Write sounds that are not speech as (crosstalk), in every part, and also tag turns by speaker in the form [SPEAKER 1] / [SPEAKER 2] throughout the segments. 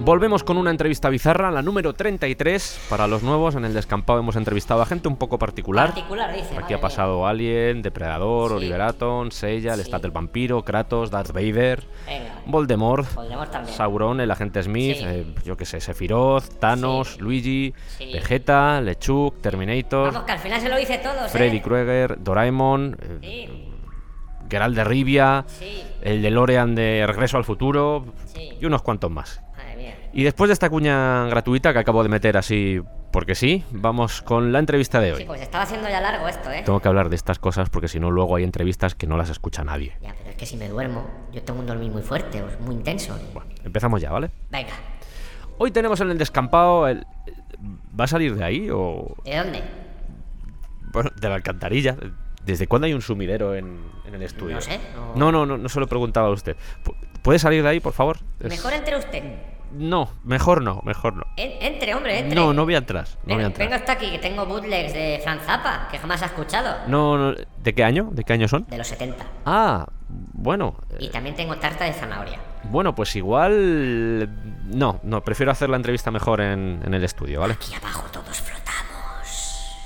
[SPEAKER 1] Volvemos con una entrevista bizarra, la número 33. Para los nuevos, en el descampado hemos entrevistado a gente un poco particular.
[SPEAKER 2] Particular, dice.
[SPEAKER 1] Aquí
[SPEAKER 2] madre
[SPEAKER 1] ha
[SPEAKER 2] mía.
[SPEAKER 1] pasado Alien, Depredador,
[SPEAKER 2] Sí.
[SPEAKER 1] Oliver Atom, Seiya, el
[SPEAKER 2] Sí.
[SPEAKER 1] Stat del Vampiro, Kratos, Darth Vader,
[SPEAKER 2] Venga.
[SPEAKER 1] Voldemort,
[SPEAKER 2] Voldemort también.
[SPEAKER 1] Sauron, el Agente Smith,
[SPEAKER 2] Sí.
[SPEAKER 1] eh, yo qué sé, Sephiroth, Thanos,
[SPEAKER 2] Sí.
[SPEAKER 1] Luigi,
[SPEAKER 2] Sí.
[SPEAKER 1] Vegeta, Lechuk, Terminator,
[SPEAKER 2] Vamos, que al final se lo dice todo, ¿eh?
[SPEAKER 1] Freddy Krueger, Doraemon, eh,
[SPEAKER 2] Sí,
[SPEAKER 1] Geralt de Rivia,
[SPEAKER 2] sí,
[SPEAKER 1] el DeLorean de Regreso al Futuro
[SPEAKER 2] sí.
[SPEAKER 1] y unos cuantos más.
[SPEAKER 2] Madre mía.
[SPEAKER 1] Y después de esta cuña gratuita que acabo de meter así porque sí, vamos con la entrevista de
[SPEAKER 2] Sí,
[SPEAKER 1] hoy.
[SPEAKER 2] pues estaba haciendo ya largo esto, ¿eh?
[SPEAKER 1] Tengo que hablar de estas cosas porque si no luego hay entrevistas que no las escucha nadie.
[SPEAKER 2] Ya, pero es que si me duermo, yo tengo un dormir muy fuerte, o muy intenso.
[SPEAKER 1] Bueno, empezamos ya, ¿vale?
[SPEAKER 2] Venga,
[SPEAKER 1] Hoy tenemos en el descampado el... eh, ¿Va a salir de ahí o...?
[SPEAKER 2] ¿de dónde?
[SPEAKER 1] Bueno, de la alcantarilla. ¿Desde cuándo hay un sumidero en, en el estudio?
[SPEAKER 2] No sé,
[SPEAKER 1] No, no, no, no se lo preguntaba a usted. Pu- ¿Puede salir de ahí, por favor? Es-
[SPEAKER 2] Mejor entre usted.
[SPEAKER 1] No, mejor no, mejor no.
[SPEAKER 2] En- entre, hombre, entre.
[SPEAKER 1] No, no voy a entrar. No
[SPEAKER 2] Ven-
[SPEAKER 1] voy a
[SPEAKER 2] vengo
[SPEAKER 1] entrar.
[SPEAKER 2] hasta aquí, que tengo bootlegs de Franz Zappa, que jamás ha escuchado,
[SPEAKER 1] No, no, ¿De qué año? ¿De qué año son?
[SPEAKER 2] de los 70.
[SPEAKER 1] Ah, bueno. eh,
[SPEAKER 2] Y también tengo tarta de zanahoria.
[SPEAKER 1] Bueno, pues igual... No, no, prefiero hacer la entrevista mejor en, en el estudio, ¿vale?
[SPEAKER 2] Aquí abajo todos flotamos.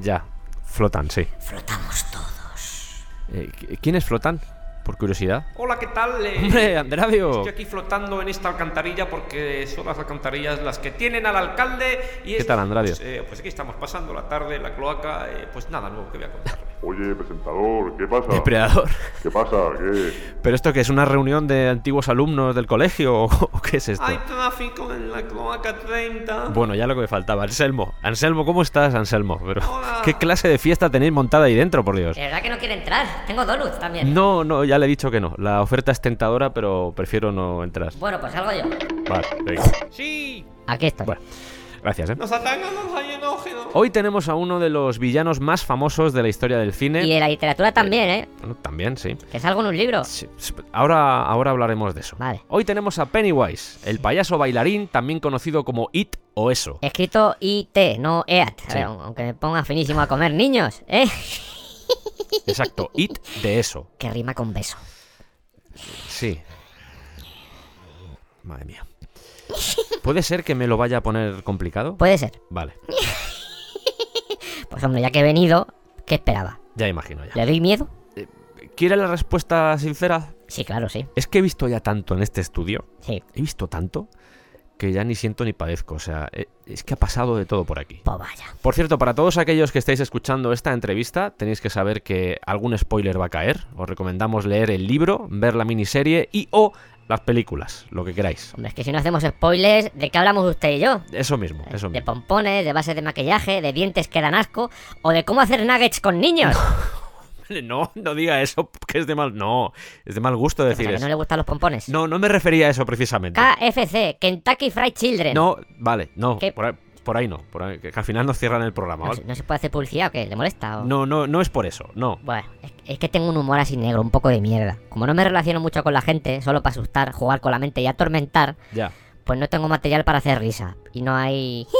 [SPEAKER 1] Ya, flotan, sí.
[SPEAKER 2] Flotamos todos.
[SPEAKER 1] Eh, ¿qu- ¿Quiénes flotan? Por curiosidad.
[SPEAKER 3] Hola, ¿qué tal? Eh,
[SPEAKER 1] Hombre, Andradio.
[SPEAKER 3] Estoy aquí flotando en esta alcantarilla porque son las alcantarillas las que tienen al alcalde. Y
[SPEAKER 1] ¿Qué
[SPEAKER 3] es-
[SPEAKER 1] tal, Andradio?
[SPEAKER 3] Pues, eh, pues aquí estamos pasando la tarde en la cloaca. eh, pues nada nuevo que voy a contar.
[SPEAKER 4] Oye, presentador, ¿qué pasa?
[SPEAKER 1] Depredador.
[SPEAKER 4] ¿Qué pasa? ¿Qué?
[SPEAKER 1] ¿Pero esto que es una reunión de antiguos alumnos del colegio o qué es (laughs) esto?
[SPEAKER 3] Hay tráfico en la cloaca 30.
[SPEAKER 1] Bueno, ya lo que me faltaba, Anselmo. Anselmo, ¿cómo estás, Anselmo? Pero,
[SPEAKER 3] Hola.
[SPEAKER 1] ¿Qué clase de fiesta tenéis montada ahí dentro, por Dios?
[SPEAKER 2] De verdad que no quiere entrar. Tengo Dolus también.
[SPEAKER 1] No, no, ya le he dicho que no. La oferta es tentadora, pero prefiero no entrar.
[SPEAKER 2] Bueno, pues salgo yo.
[SPEAKER 1] Vale, venga.
[SPEAKER 3] Sí,
[SPEAKER 2] Aquí estoy.
[SPEAKER 1] Bueno, gracias, ¿eh?
[SPEAKER 3] nos atacan los alienígenas.
[SPEAKER 1] Hoy tenemos a uno de los villanos más famosos de la historia del cine.
[SPEAKER 2] Y de la literatura también, ¿eh?
[SPEAKER 1] Bueno, también, sí.
[SPEAKER 2] Que salgo en un libro.
[SPEAKER 1] Sí, sí, Ahora, ahora hablaremos de eso.
[SPEAKER 2] Vale.
[SPEAKER 1] Hoy tenemos a Pennywise, el payaso bailarín, también conocido como It o
[SPEAKER 2] (laughs)
[SPEAKER 1] Eso.
[SPEAKER 2] Escrito IT, no EAT. A
[SPEAKER 1] Sí.
[SPEAKER 2] ver, aunque me ponga finísimo a comer niños, ¿eh?
[SPEAKER 1] Exacto, It de Eso.
[SPEAKER 2] Que rima con beso.
[SPEAKER 1] Sí. Madre mía. ¿Puede ser que me lo vaya a poner complicado?
[SPEAKER 2] Puede ser.
[SPEAKER 1] Vale,
[SPEAKER 2] Pues hombre, ya que he venido, ¿qué esperaba?
[SPEAKER 1] ya imagino ya.
[SPEAKER 2] ¿Le doy miedo?
[SPEAKER 1] ¿Quiere la respuesta sincera?
[SPEAKER 2] Sí, claro, sí.
[SPEAKER 1] Es que he visto ya tanto en este estudio,
[SPEAKER 2] Sí.
[SPEAKER 1] he visto tanto, que ya ni siento ni padezco. O sea, e- es que ha pasado de todo por aquí.
[SPEAKER 2] Pues vaya.
[SPEAKER 1] Por cierto, para todos aquellos que estáis escuchando esta entrevista, tenéis que saber que algún spoiler va a caer. Os recomendamos leer el libro, ver la miniserie y o las películas, lo que queráis.
[SPEAKER 2] Hombre, es que si no hacemos spoilers, ¿de qué hablamos usted y yo?
[SPEAKER 1] Eso mismo, eso
[SPEAKER 2] De
[SPEAKER 1] mismo.
[SPEAKER 2] pompones, de bases de maquillaje, de dientes que dan asco, o de cómo hacer nuggets con niños.
[SPEAKER 1] (laughs) No, no diga eso, (laughs) que es de mal... No, es de mal gusto
[SPEAKER 2] O sea,
[SPEAKER 1] decir
[SPEAKER 2] que
[SPEAKER 1] eso.
[SPEAKER 2] Pues no le gustan los pompones.
[SPEAKER 1] No, no me refería a eso precisamente.
[SPEAKER 2] KFC, Kentucky Fried Children.
[SPEAKER 1] No, vale, no,
[SPEAKER 2] ¿Qué?
[SPEAKER 1] por ahí, por ahí no, por ahí, que al final nos cierran el programa,
[SPEAKER 2] No, se-
[SPEAKER 1] ¿vale?
[SPEAKER 2] no se puede hacer publicidad o qué, ¿le molesta? o-
[SPEAKER 1] No, no, no es por eso, no.
[SPEAKER 2] Bueno, es, es que tengo un humor así negro, un poco de mierda. Como no me relaciono mucho con la gente, solo para asustar, jugar con la mente y atormentar,
[SPEAKER 1] Ya.
[SPEAKER 2] pues no tengo material para hacer risa. Y no hay... (laughs)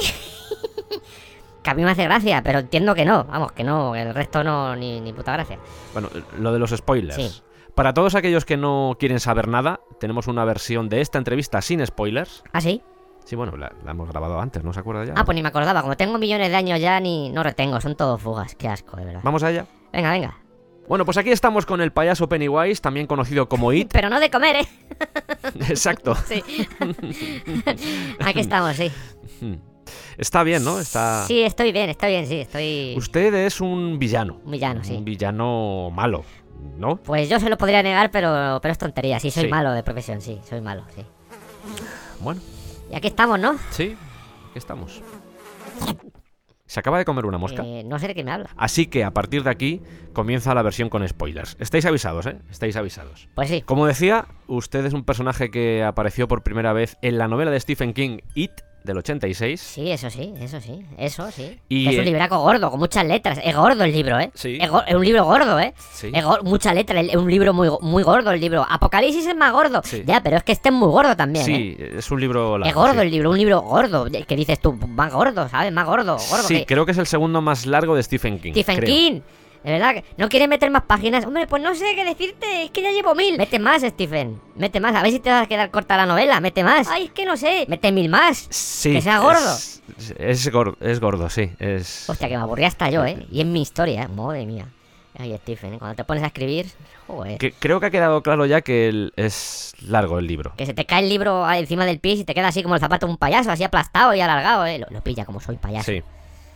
[SPEAKER 2] que a mí me hace gracia, pero entiendo que no. Vamos, que no, el resto no, ni, ni puta gracia.
[SPEAKER 1] Bueno, lo de los spoilers.
[SPEAKER 2] Sí.
[SPEAKER 1] Para todos aquellos que no quieren saber nada, tenemos una versión de esta entrevista sin spoilers.
[SPEAKER 2] ¿Ah, sí?
[SPEAKER 1] Sí, bueno, la, la hemos grabado antes, ¿no se acuerda ya?
[SPEAKER 2] Ah, pues ni me acordaba. Como tengo millones de años ya, ni... No retengo, son todos fugas. Qué asco, de verdad.
[SPEAKER 1] Vamos allá.
[SPEAKER 2] Venga, venga.
[SPEAKER 1] Bueno, pues aquí estamos con el payaso Pennywise, también conocido como
[SPEAKER 2] (laughs)
[SPEAKER 1] It.
[SPEAKER 2] Pero no de comer, ¿eh?
[SPEAKER 1] Exacto.
[SPEAKER 2] Sí. Aquí estamos, sí.
[SPEAKER 1] Está bien, ¿no? Está.
[SPEAKER 2] Sí, estoy bien, estoy bien, sí, estoy...
[SPEAKER 1] Usted es un villano.
[SPEAKER 2] Un villano, sí.
[SPEAKER 1] Un villano malo, ¿no?
[SPEAKER 2] Pues yo se lo podría negar, pero, pero es tontería. Sí, soy
[SPEAKER 1] Sí.
[SPEAKER 2] malo de profesión, sí, soy malo, sí.
[SPEAKER 1] Bueno,
[SPEAKER 2] Y aquí estamos, ¿no?
[SPEAKER 1] sí, aquí estamos. Se acaba de comer una mosca.
[SPEAKER 2] Eh, no sé de qué me habla.
[SPEAKER 1] Así que a partir de aquí comienza la versión con spoilers. Estáis avisados, ¿eh? Estáis avisados.
[SPEAKER 2] Pues sí,
[SPEAKER 1] Como decía, usted es un personaje que apareció por primera vez en la novela de Stephen King, It, del 86.
[SPEAKER 2] sí, eso sí, eso sí, eso sí.
[SPEAKER 1] Y,
[SPEAKER 2] es un
[SPEAKER 1] eh,
[SPEAKER 2] libraco gordo, con muchas letras. Es gordo el libro, ¿eh?
[SPEAKER 1] Sí.
[SPEAKER 2] Es, go- es un libro gordo, ¿eh?
[SPEAKER 1] Sí.
[SPEAKER 2] Es go- mucha letra, es un libro muy, go- muy gordo el libro. Apocalipsis es más gordo.
[SPEAKER 1] Sí.
[SPEAKER 2] Ya, pero es que este es muy gordo también, ¿eh?
[SPEAKER 1] Sí, es un libro largo.
[SPEAKER 2] es gordo
[SPEAKER 1] sí.
[SPEAKER 2] el libro, un libro gordo. Que dices tú, más gordo, ¿sabes? Más gordo, gordo.
[SPEAKER 1] Sí,
[SPEAKER 2] que-
[SPEAKER 1] creo que es el segundo más largo de Stephen King.
[SPEAKER 2] Stephen
[SPEAKER 1] creo.
[SPEAKER 2] King. De verdad, que ¿no quieres meter más páginas? Hombre, pues no sé qué decirte, es que ya llevo mil. Mete más, Stephen. Mete más, a ver si te vas a quedar corta la novela. Mete más. Ay, es que no sé. Mete mil más.
[SPEAKER 1] Sí.
[SPEAKER 2] Que sea gordo.
[SPEAKER 1] Es, es gor- es gordo, sí. Es...
[SPEAKER 2] Hostia, que me aburría hasta yo, ¿eh? Y es mi historia, ¿eh? madre mía. Ay, Stephen, ¿eh? cuando te pones a escribir, joder.
[SPEAKER 1] Que- creo que ha quedado claro ya que el- es largo el libro.
[SPEAKER 2] Que se te cae el libro a- encima del pis y te queda así como el zapato de un payaso, así aplastado y alargado, ¿eh? Lo, lo pilla como soy payaso.
[SPEAKER 1] Sí.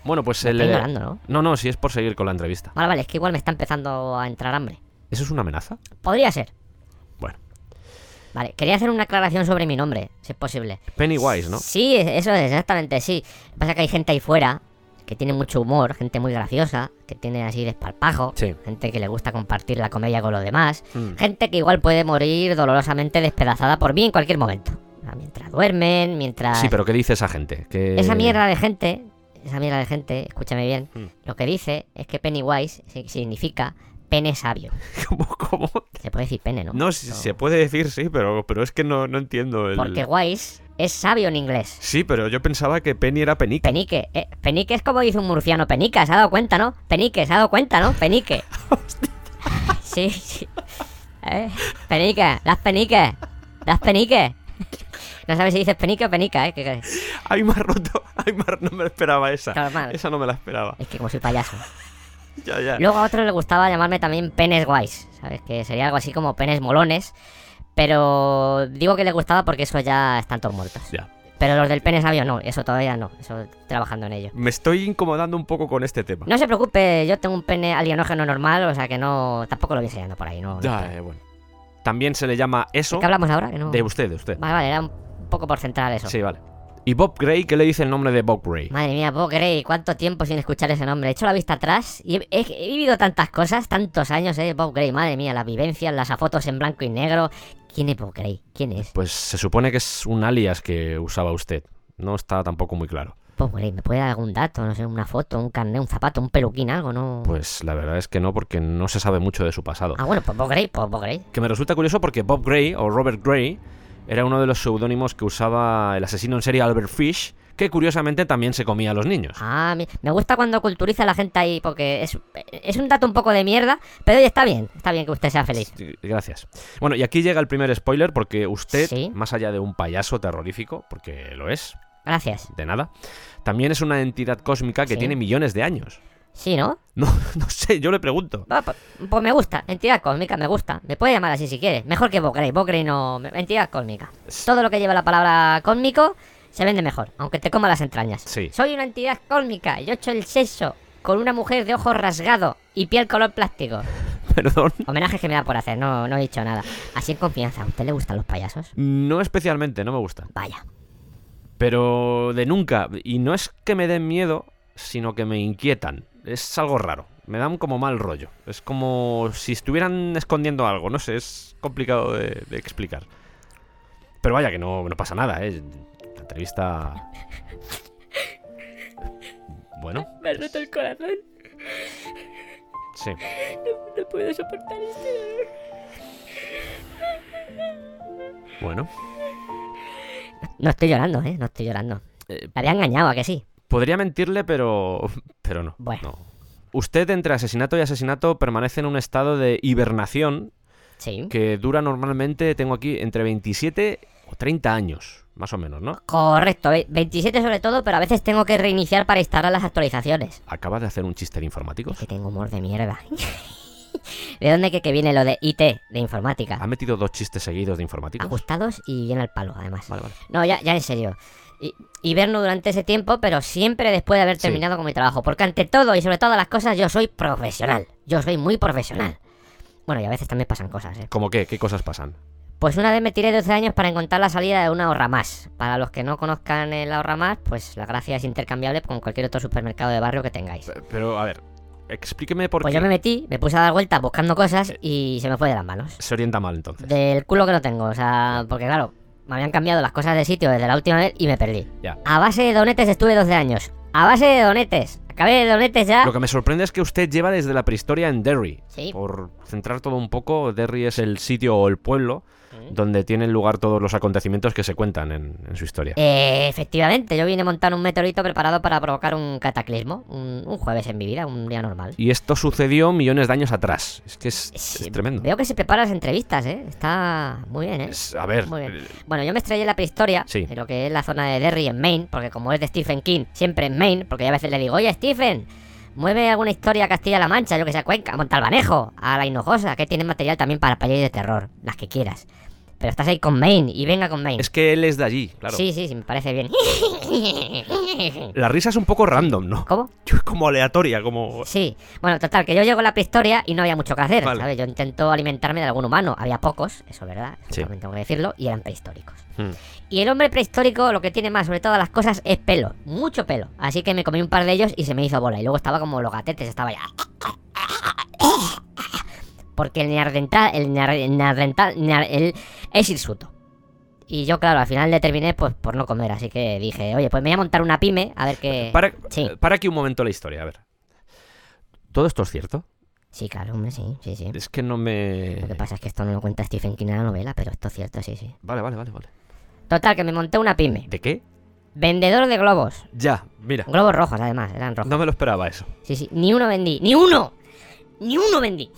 [SPEAKER 1] Bueno, pues
[SPEAKER 2] Me
[SPEAKER 1] el.
[SPEAKER 2] está
[SPEAKER 1] eh,
[SPEAKER 2] ignorando, ¿no?
[SPEAKER 1] No, no, sí es por seguir con la entrevista.
[SPEAKER 2] Vale, vale, es que igual me está empezando a entrar hambre.
[SPEAKER 1] ¿Eso es una amenaza?
[SPEAKER 2] Podría ser.
[SPEAKER 1] Bueno.
[SPEAKER 2] Vale, quería hacer una aclaración sobre mi nombre, si es posible.
[SPEAKER 1] Pennywise, ¿no?
[SPEAKER 2] Sí, eso es, exactamente, sí. Lo que pasa es que hay gente ahí fuera que tiene mucho humor, gente muy graciosa, que tiene así desparpajo,
[SPEAKER 1] Sí.
[SPEAKER 2] gente que le gusta compartir la comedia con los demás,
[SPEAKER 1] Mm.
[SPEAKER 2] gente que igual puede morir dolorosamente despedazada por mí en cualquier momento. Ah, Mientras duermen, mientras...
[SPEAKER 1] Sí, pero eh, ¿qué dice esa gente? Que...
[SPEAKER 2] Ah. Esa mierda de gente, esa mierda de gente, escúchame bien,
[SPEAKER 1] Mm.
[SPEAKER 2] lo que dice es que Pennywise si- significa pene sabio.
[SPEAKER 1] (laughs) ¿Cómo, cómo?
[SPEAKER 2] Se puede decir pene, ¿no?
[SPEAKER 1] No, sí, se puede decir, sí, pero, pero es que no, no entiendo el.
[SPEAKER 2] Porque wise es sabio en inglés.
[SPEAKER 1] Sí, pero yo pensaba que Penny era penica.
[SPEAKER 2] Penique, eh, penique es como dice un murciano, penica, se ha dado cuenta, ¿no? Penique, se ha dado cuenta, ¿no? Penique. sí, sí. Eh, penique, las peniques, las peniques. no sabes si dices penique o penica, ¿eh? Que- que-
[SPEAKER 1] Ay, más roto. (laughs) Ay, más no me la esperaba esa.
[SPEAKER 2] Normal.
[SPEAKER 1] Esa no me la esperaba.
[SPEAKER 2] es que como soy payaso.
[SPEAKER 1] Ya, ya.
[SPEAKER 2] Luego a otros les gustaba llamarme también penes guays, ¿sabes? Que sería algo así como penes molones. Pero digo que les gustaba porque eso ya están todos muertos.
[SPEAKER 1] Ya.
[SPEAKER 2] Pero los del pene sabio no, eso todavía no, eso trabajando en ello.
[SPEAKER 1] Me estoy incomodando un poco con este tema.
[SPEAKER 2] No se preocupe, yo tengo un pene alienógeno normal, o sea que no. Tampoco lo voy enseñando por ahí, ¿no? no
[SPEAKER 1] Ya,
[SPEAKER 2] estoy-
[SPEAKER 1] eh, bueno. También se le llama eso
[SPEAKER 2] ¿De qué hablamos ahora? Que no...
[SPEAKER 1] de usted, de usted.
[SPEAKER 2] Vale, vale, era un poco por centrar eso.
[SPEAKER 1] Sí, vale. ¿Y Bob Gray? ¿Qué le dice el nombre de Bob Gray?
[SPEAKER 2] Madre mía, Bob Gray, cuánto tiempo sin escuchar ese nombre. He hecho la vista atrás y he, he- he vivido tantas cosas, tantos años, ¿eh? Bob Gray, madre mía, las vivencias, las fotos en blanco y negro. ¿Quién es Bob Gray? ¿Quién es?
[SPEAKER 1] Pues se supone que es un alias que usaba usted. No está tampoco muy claro.
[SPEAKER 2] Bob Gray, ¿me puede dar algún dato? No sé, una foto, un carnet, un zapato, un peluquín, algo, ¿no?
[SPEAKER 1] Pues la verdad es que no, porque no se sabe mucho de su pasado.
[SPEAKER 2] Ah, bueno, pues Bob Gray, pues Bob Gray.
[SPEAKER 1] Que me resulta curioso porque Bob Gray o Robert Gray era uno de los seudónimos que usaba el asesino en serie Albert Fish, que curiosamente también se comía a los niños.
[SPEAKER 2] Ah, mi- me gusta cuando culturiza a la gente ahí porque es, es un dato un poco de mierda, pero oye, está bien, está bien que usted sea feliz.
[SPEAKER 1] Sí, Gracias. Bueno, y aquí llega el primer spoiler porque usted,
[SPEAKER 2] Sí.
[SPEAKER 1] más allá de un payaso terrorífico, porque lo es,
[SPEAKER 2] Gracias.
[SPEAKER 1] de nada, también es una entidad cósmica que
[SPEAKER 2] Sí.
[SPEAKER 1] tiene millones de años. (laughs)
[SPEAKER 2] Sí, ¿no?
[SPEAKER 1] No, no sé, yo le pregunto.
[SPEAKER 2] Ah, pues, pues me gusta, entidad cósmica, me gusta. Me puede llamar así si quiere. Mejor que Bocrey, Bocrey no. Entidad cósmica. Todo lo que lleva la palabra cósmico se vende mejor, aunque te coma las entrañas.
[SPEAKER 1] Sí.
[SPEAKER 2] Soy una entidad cósmica, yo echo el sexo con una mujer de ojos rasgado y piel color plástico.
[SPEAKER 1] Perdón.
[SPEAKER 2] Homenaje que me da por hacer, no, no he dicho nada. Así en confianza, ¿a usted le gustan los payasos?
[SPEAKER 1] No especialmente, no me gusta.
[SPEAKER 2] Vaya.
[SPEAKER 1] Pero de nunca. Y no es que me den miedo, sino que me inquietan. Es algo raro. Me dan como mal rollo. Es como si estuvieran escondiendo algo. No sé, es complicado de, de explicar. Pero vaya que no, no pasa nada, ¿eh? La entrevista... Bueno,
[SPEAKER 5] Me ha roto el corazón.
[SPEAKER 1] sí.
[SPEAKER 5] No puedo soportar esto.
[SPEAKER 1] Bueno.
[SPEAKER 2] No estoy llorando, ¿eh? No estoy llorando.
[SPEAKER 1] Eh,
[SPEAKER 2] Me había engañado, ¿a que sí?
[SPEAKER 1] podría mentirle, pero... Pero no.
[SPEAKER 2] Bueno.
[SPEAKER 1] no. Usted entre asesinato y asesinato permanece en un estado de hibernación
[SPEAKER 2] Sí.
[SPEAKER 1] que dura normalmente, tengo aquí, entre 27 o 30 años, más o menos, ¿no?
[SPEAKER 2] Correcto, ve- 27 sobre todo, pero a veces tengo que reiniciar para instalar las actualizaciones.
[SPEAKER 1] Acaba de hacer un chiste de informáticos.
[SPEAKER 2] Que tengo humor de mierda. (laughs) ¿De dónde que, que viene lo de IT, de informática?
[SPEAKER 1] Ha metido dos chistes seguidos de informáticos.
[SPEAKER 2] Ajustados y bien al palo, además.
[SPEAKER 1] Vale, vale.
[SPEAKER 2] No, ya, ya en serio. Y- Hiberno durante ese tiempo, pero siempre después de haber
[SPEAKER 1] Sí.
[SPEAKER 2] terminado con mi trabajo. Porque ante todo y sobre todas las cosas, yo soy profesional. Yo soy muy profesional. Bueno, y a veces también pasan cosas, ¿eh?
[SPEAKER 1] ¿Cómo qué? ¿Qué cosas pasan?
[SPEAKER 2] Pues una vez me tiré 12 años para encontrar la salida de una ahorra más. Para los que no conozcan el ahorra más, pues la gracia es intercambiable con cualquier otro supermercado de barrio que tengáis.
[SPEAKER 1] Pe- Pero, a ver, explíqueme por
[SPEAKER 2] Pues
[SPEAKER 1] qué
[SPEAKER 2] yo me metí, me puse a dar vueltas buscando cosas y se me fue de las manos.
[SPEAKER 1] se orienta mal entonces.
[SPEAKER 2] Del culo que no tengo, o sea, porque claro, me habían cambiado las cosas de sitio desde la última vez y me perdí.
[SPEAKER 1] Ya.
[SPEAKER 2] A base de donetes estuve 12 años. A base de donetes. Acabé de donetes ya.
[SPEAKER 1] (laughs) Lo que me sorprende es que usted lleva desde la prehistoria en Derry.
[SPEAKER 2] Sí.
[SPEAKER 1] Por centrar todo un poco, Derry es el sitio o el pueblo donde tienen lugar todos los acontecimientos que se cuentan en, en su historia.
[SPEAKER 2] Eh, efectivamente, yo vine a montar un meteorito preparado para provocar un cataclismo. Un, un jueves en mi vida, un día normal.
[SPEAKER 1] Y esto sucedió millones de años atrás. Es que es,
[SPEAKER 2] Sí,
[SPEAKER 1] es tremendo.
[SPEAKER 2] Veo que se preparan las entrevistas, ¿eh? Está muy bien, ¿eh?
[SPEAKER 1] Es- a ver,
[SPEAKER 2] Muy bien.
[SPEAKER 1] eh,
[SPEAKER 2] Bueno, yo me estrellé en la prehistoria,
[SPEAKER 1] Sí.
[SPEAKER 2] en lo que es la zona de Derry, en Maine, porque como es de Stephen King, siempre en Maine, porque yo a veces le digo, oye, Stephen, mueve alguna historia a Castilla-La Mancha, yo que sé, a Cuenca, a Montalbanejo, a La Hinojosa, que tiene material también para pelis de terror, las que quieras. Pero estás ahí con Maine, y venga con Maine.
[SPEAKER 1] es que él es de allí, claro.
[SPEAKER 2] Sí, sí, sí, me parece bien. (laughs)
[SPEAKER 1] La risa es un poco random, ¿no?
[SPEAKER 2] ¿Cómo?
[SPEAKER 1] (laughs) Como aleatoria, como...
[SPEAKER 2] Sí, bueno, total, que yo llego a la prehistoria y no había mucho que hacer,
[SPEAKER 1] Pues Vale.
[SPEAKER 2] ¿sabes? Yo intento alimentarme de algún humano, había pocos, eso es verdad, eso
[SPEAKER 1] Sí.
[SPEAKER 2] también tengo que decirlo, y eran prehistóricos.
[SPEAKER 1] Hmm.
[SPEAKER 2] Y el hombre prehistórico lo que tiene más, sobre todas las cosas, es pelo, mucho pelo. Así que me comí un par de ellos y se me hizo bola, y luego estaba como los gatetes, estaba ya... Porque el neandertal, el neandertal, near- el es hirsuto. Y yo, claro, al final le terminé pues por no comer, así que dije, oye, pues me voy a montar una pyme, a ver qué...
[SPEAKER 1] Para,
[SPEAKER 2] Sí.
[SPEAKER 1] para aquí un momento la historia, a ver. ¿Todo esto es cierto?
[SPEAKER 2] Sí, claro, hombre, sí, sí, sí.
[SPEAKER 1] Es que no me...
[SPEAKER 2] Lo que pasa es que esto no lo cuenta Stephen King en la novela, pero esto es cierto, sí, sí.
[SPEAKER 1] Vale, vale, vale, vale.
[SPEAKER 2] Total, que me monté una pyme.
[SPEAKER 1] ¿De qué?
[SPEAKER 2] Vendedor de globos.
[SPEAKER 1] Ya, mira.
[SPEAKER 2] Globos rojos, además, eran rojos.
[SPEAKER 1] No me lo esperaba eso.
[SPEAKER 2] Sí, sí, ni uno vendí, ni uno. Ni uno vendí.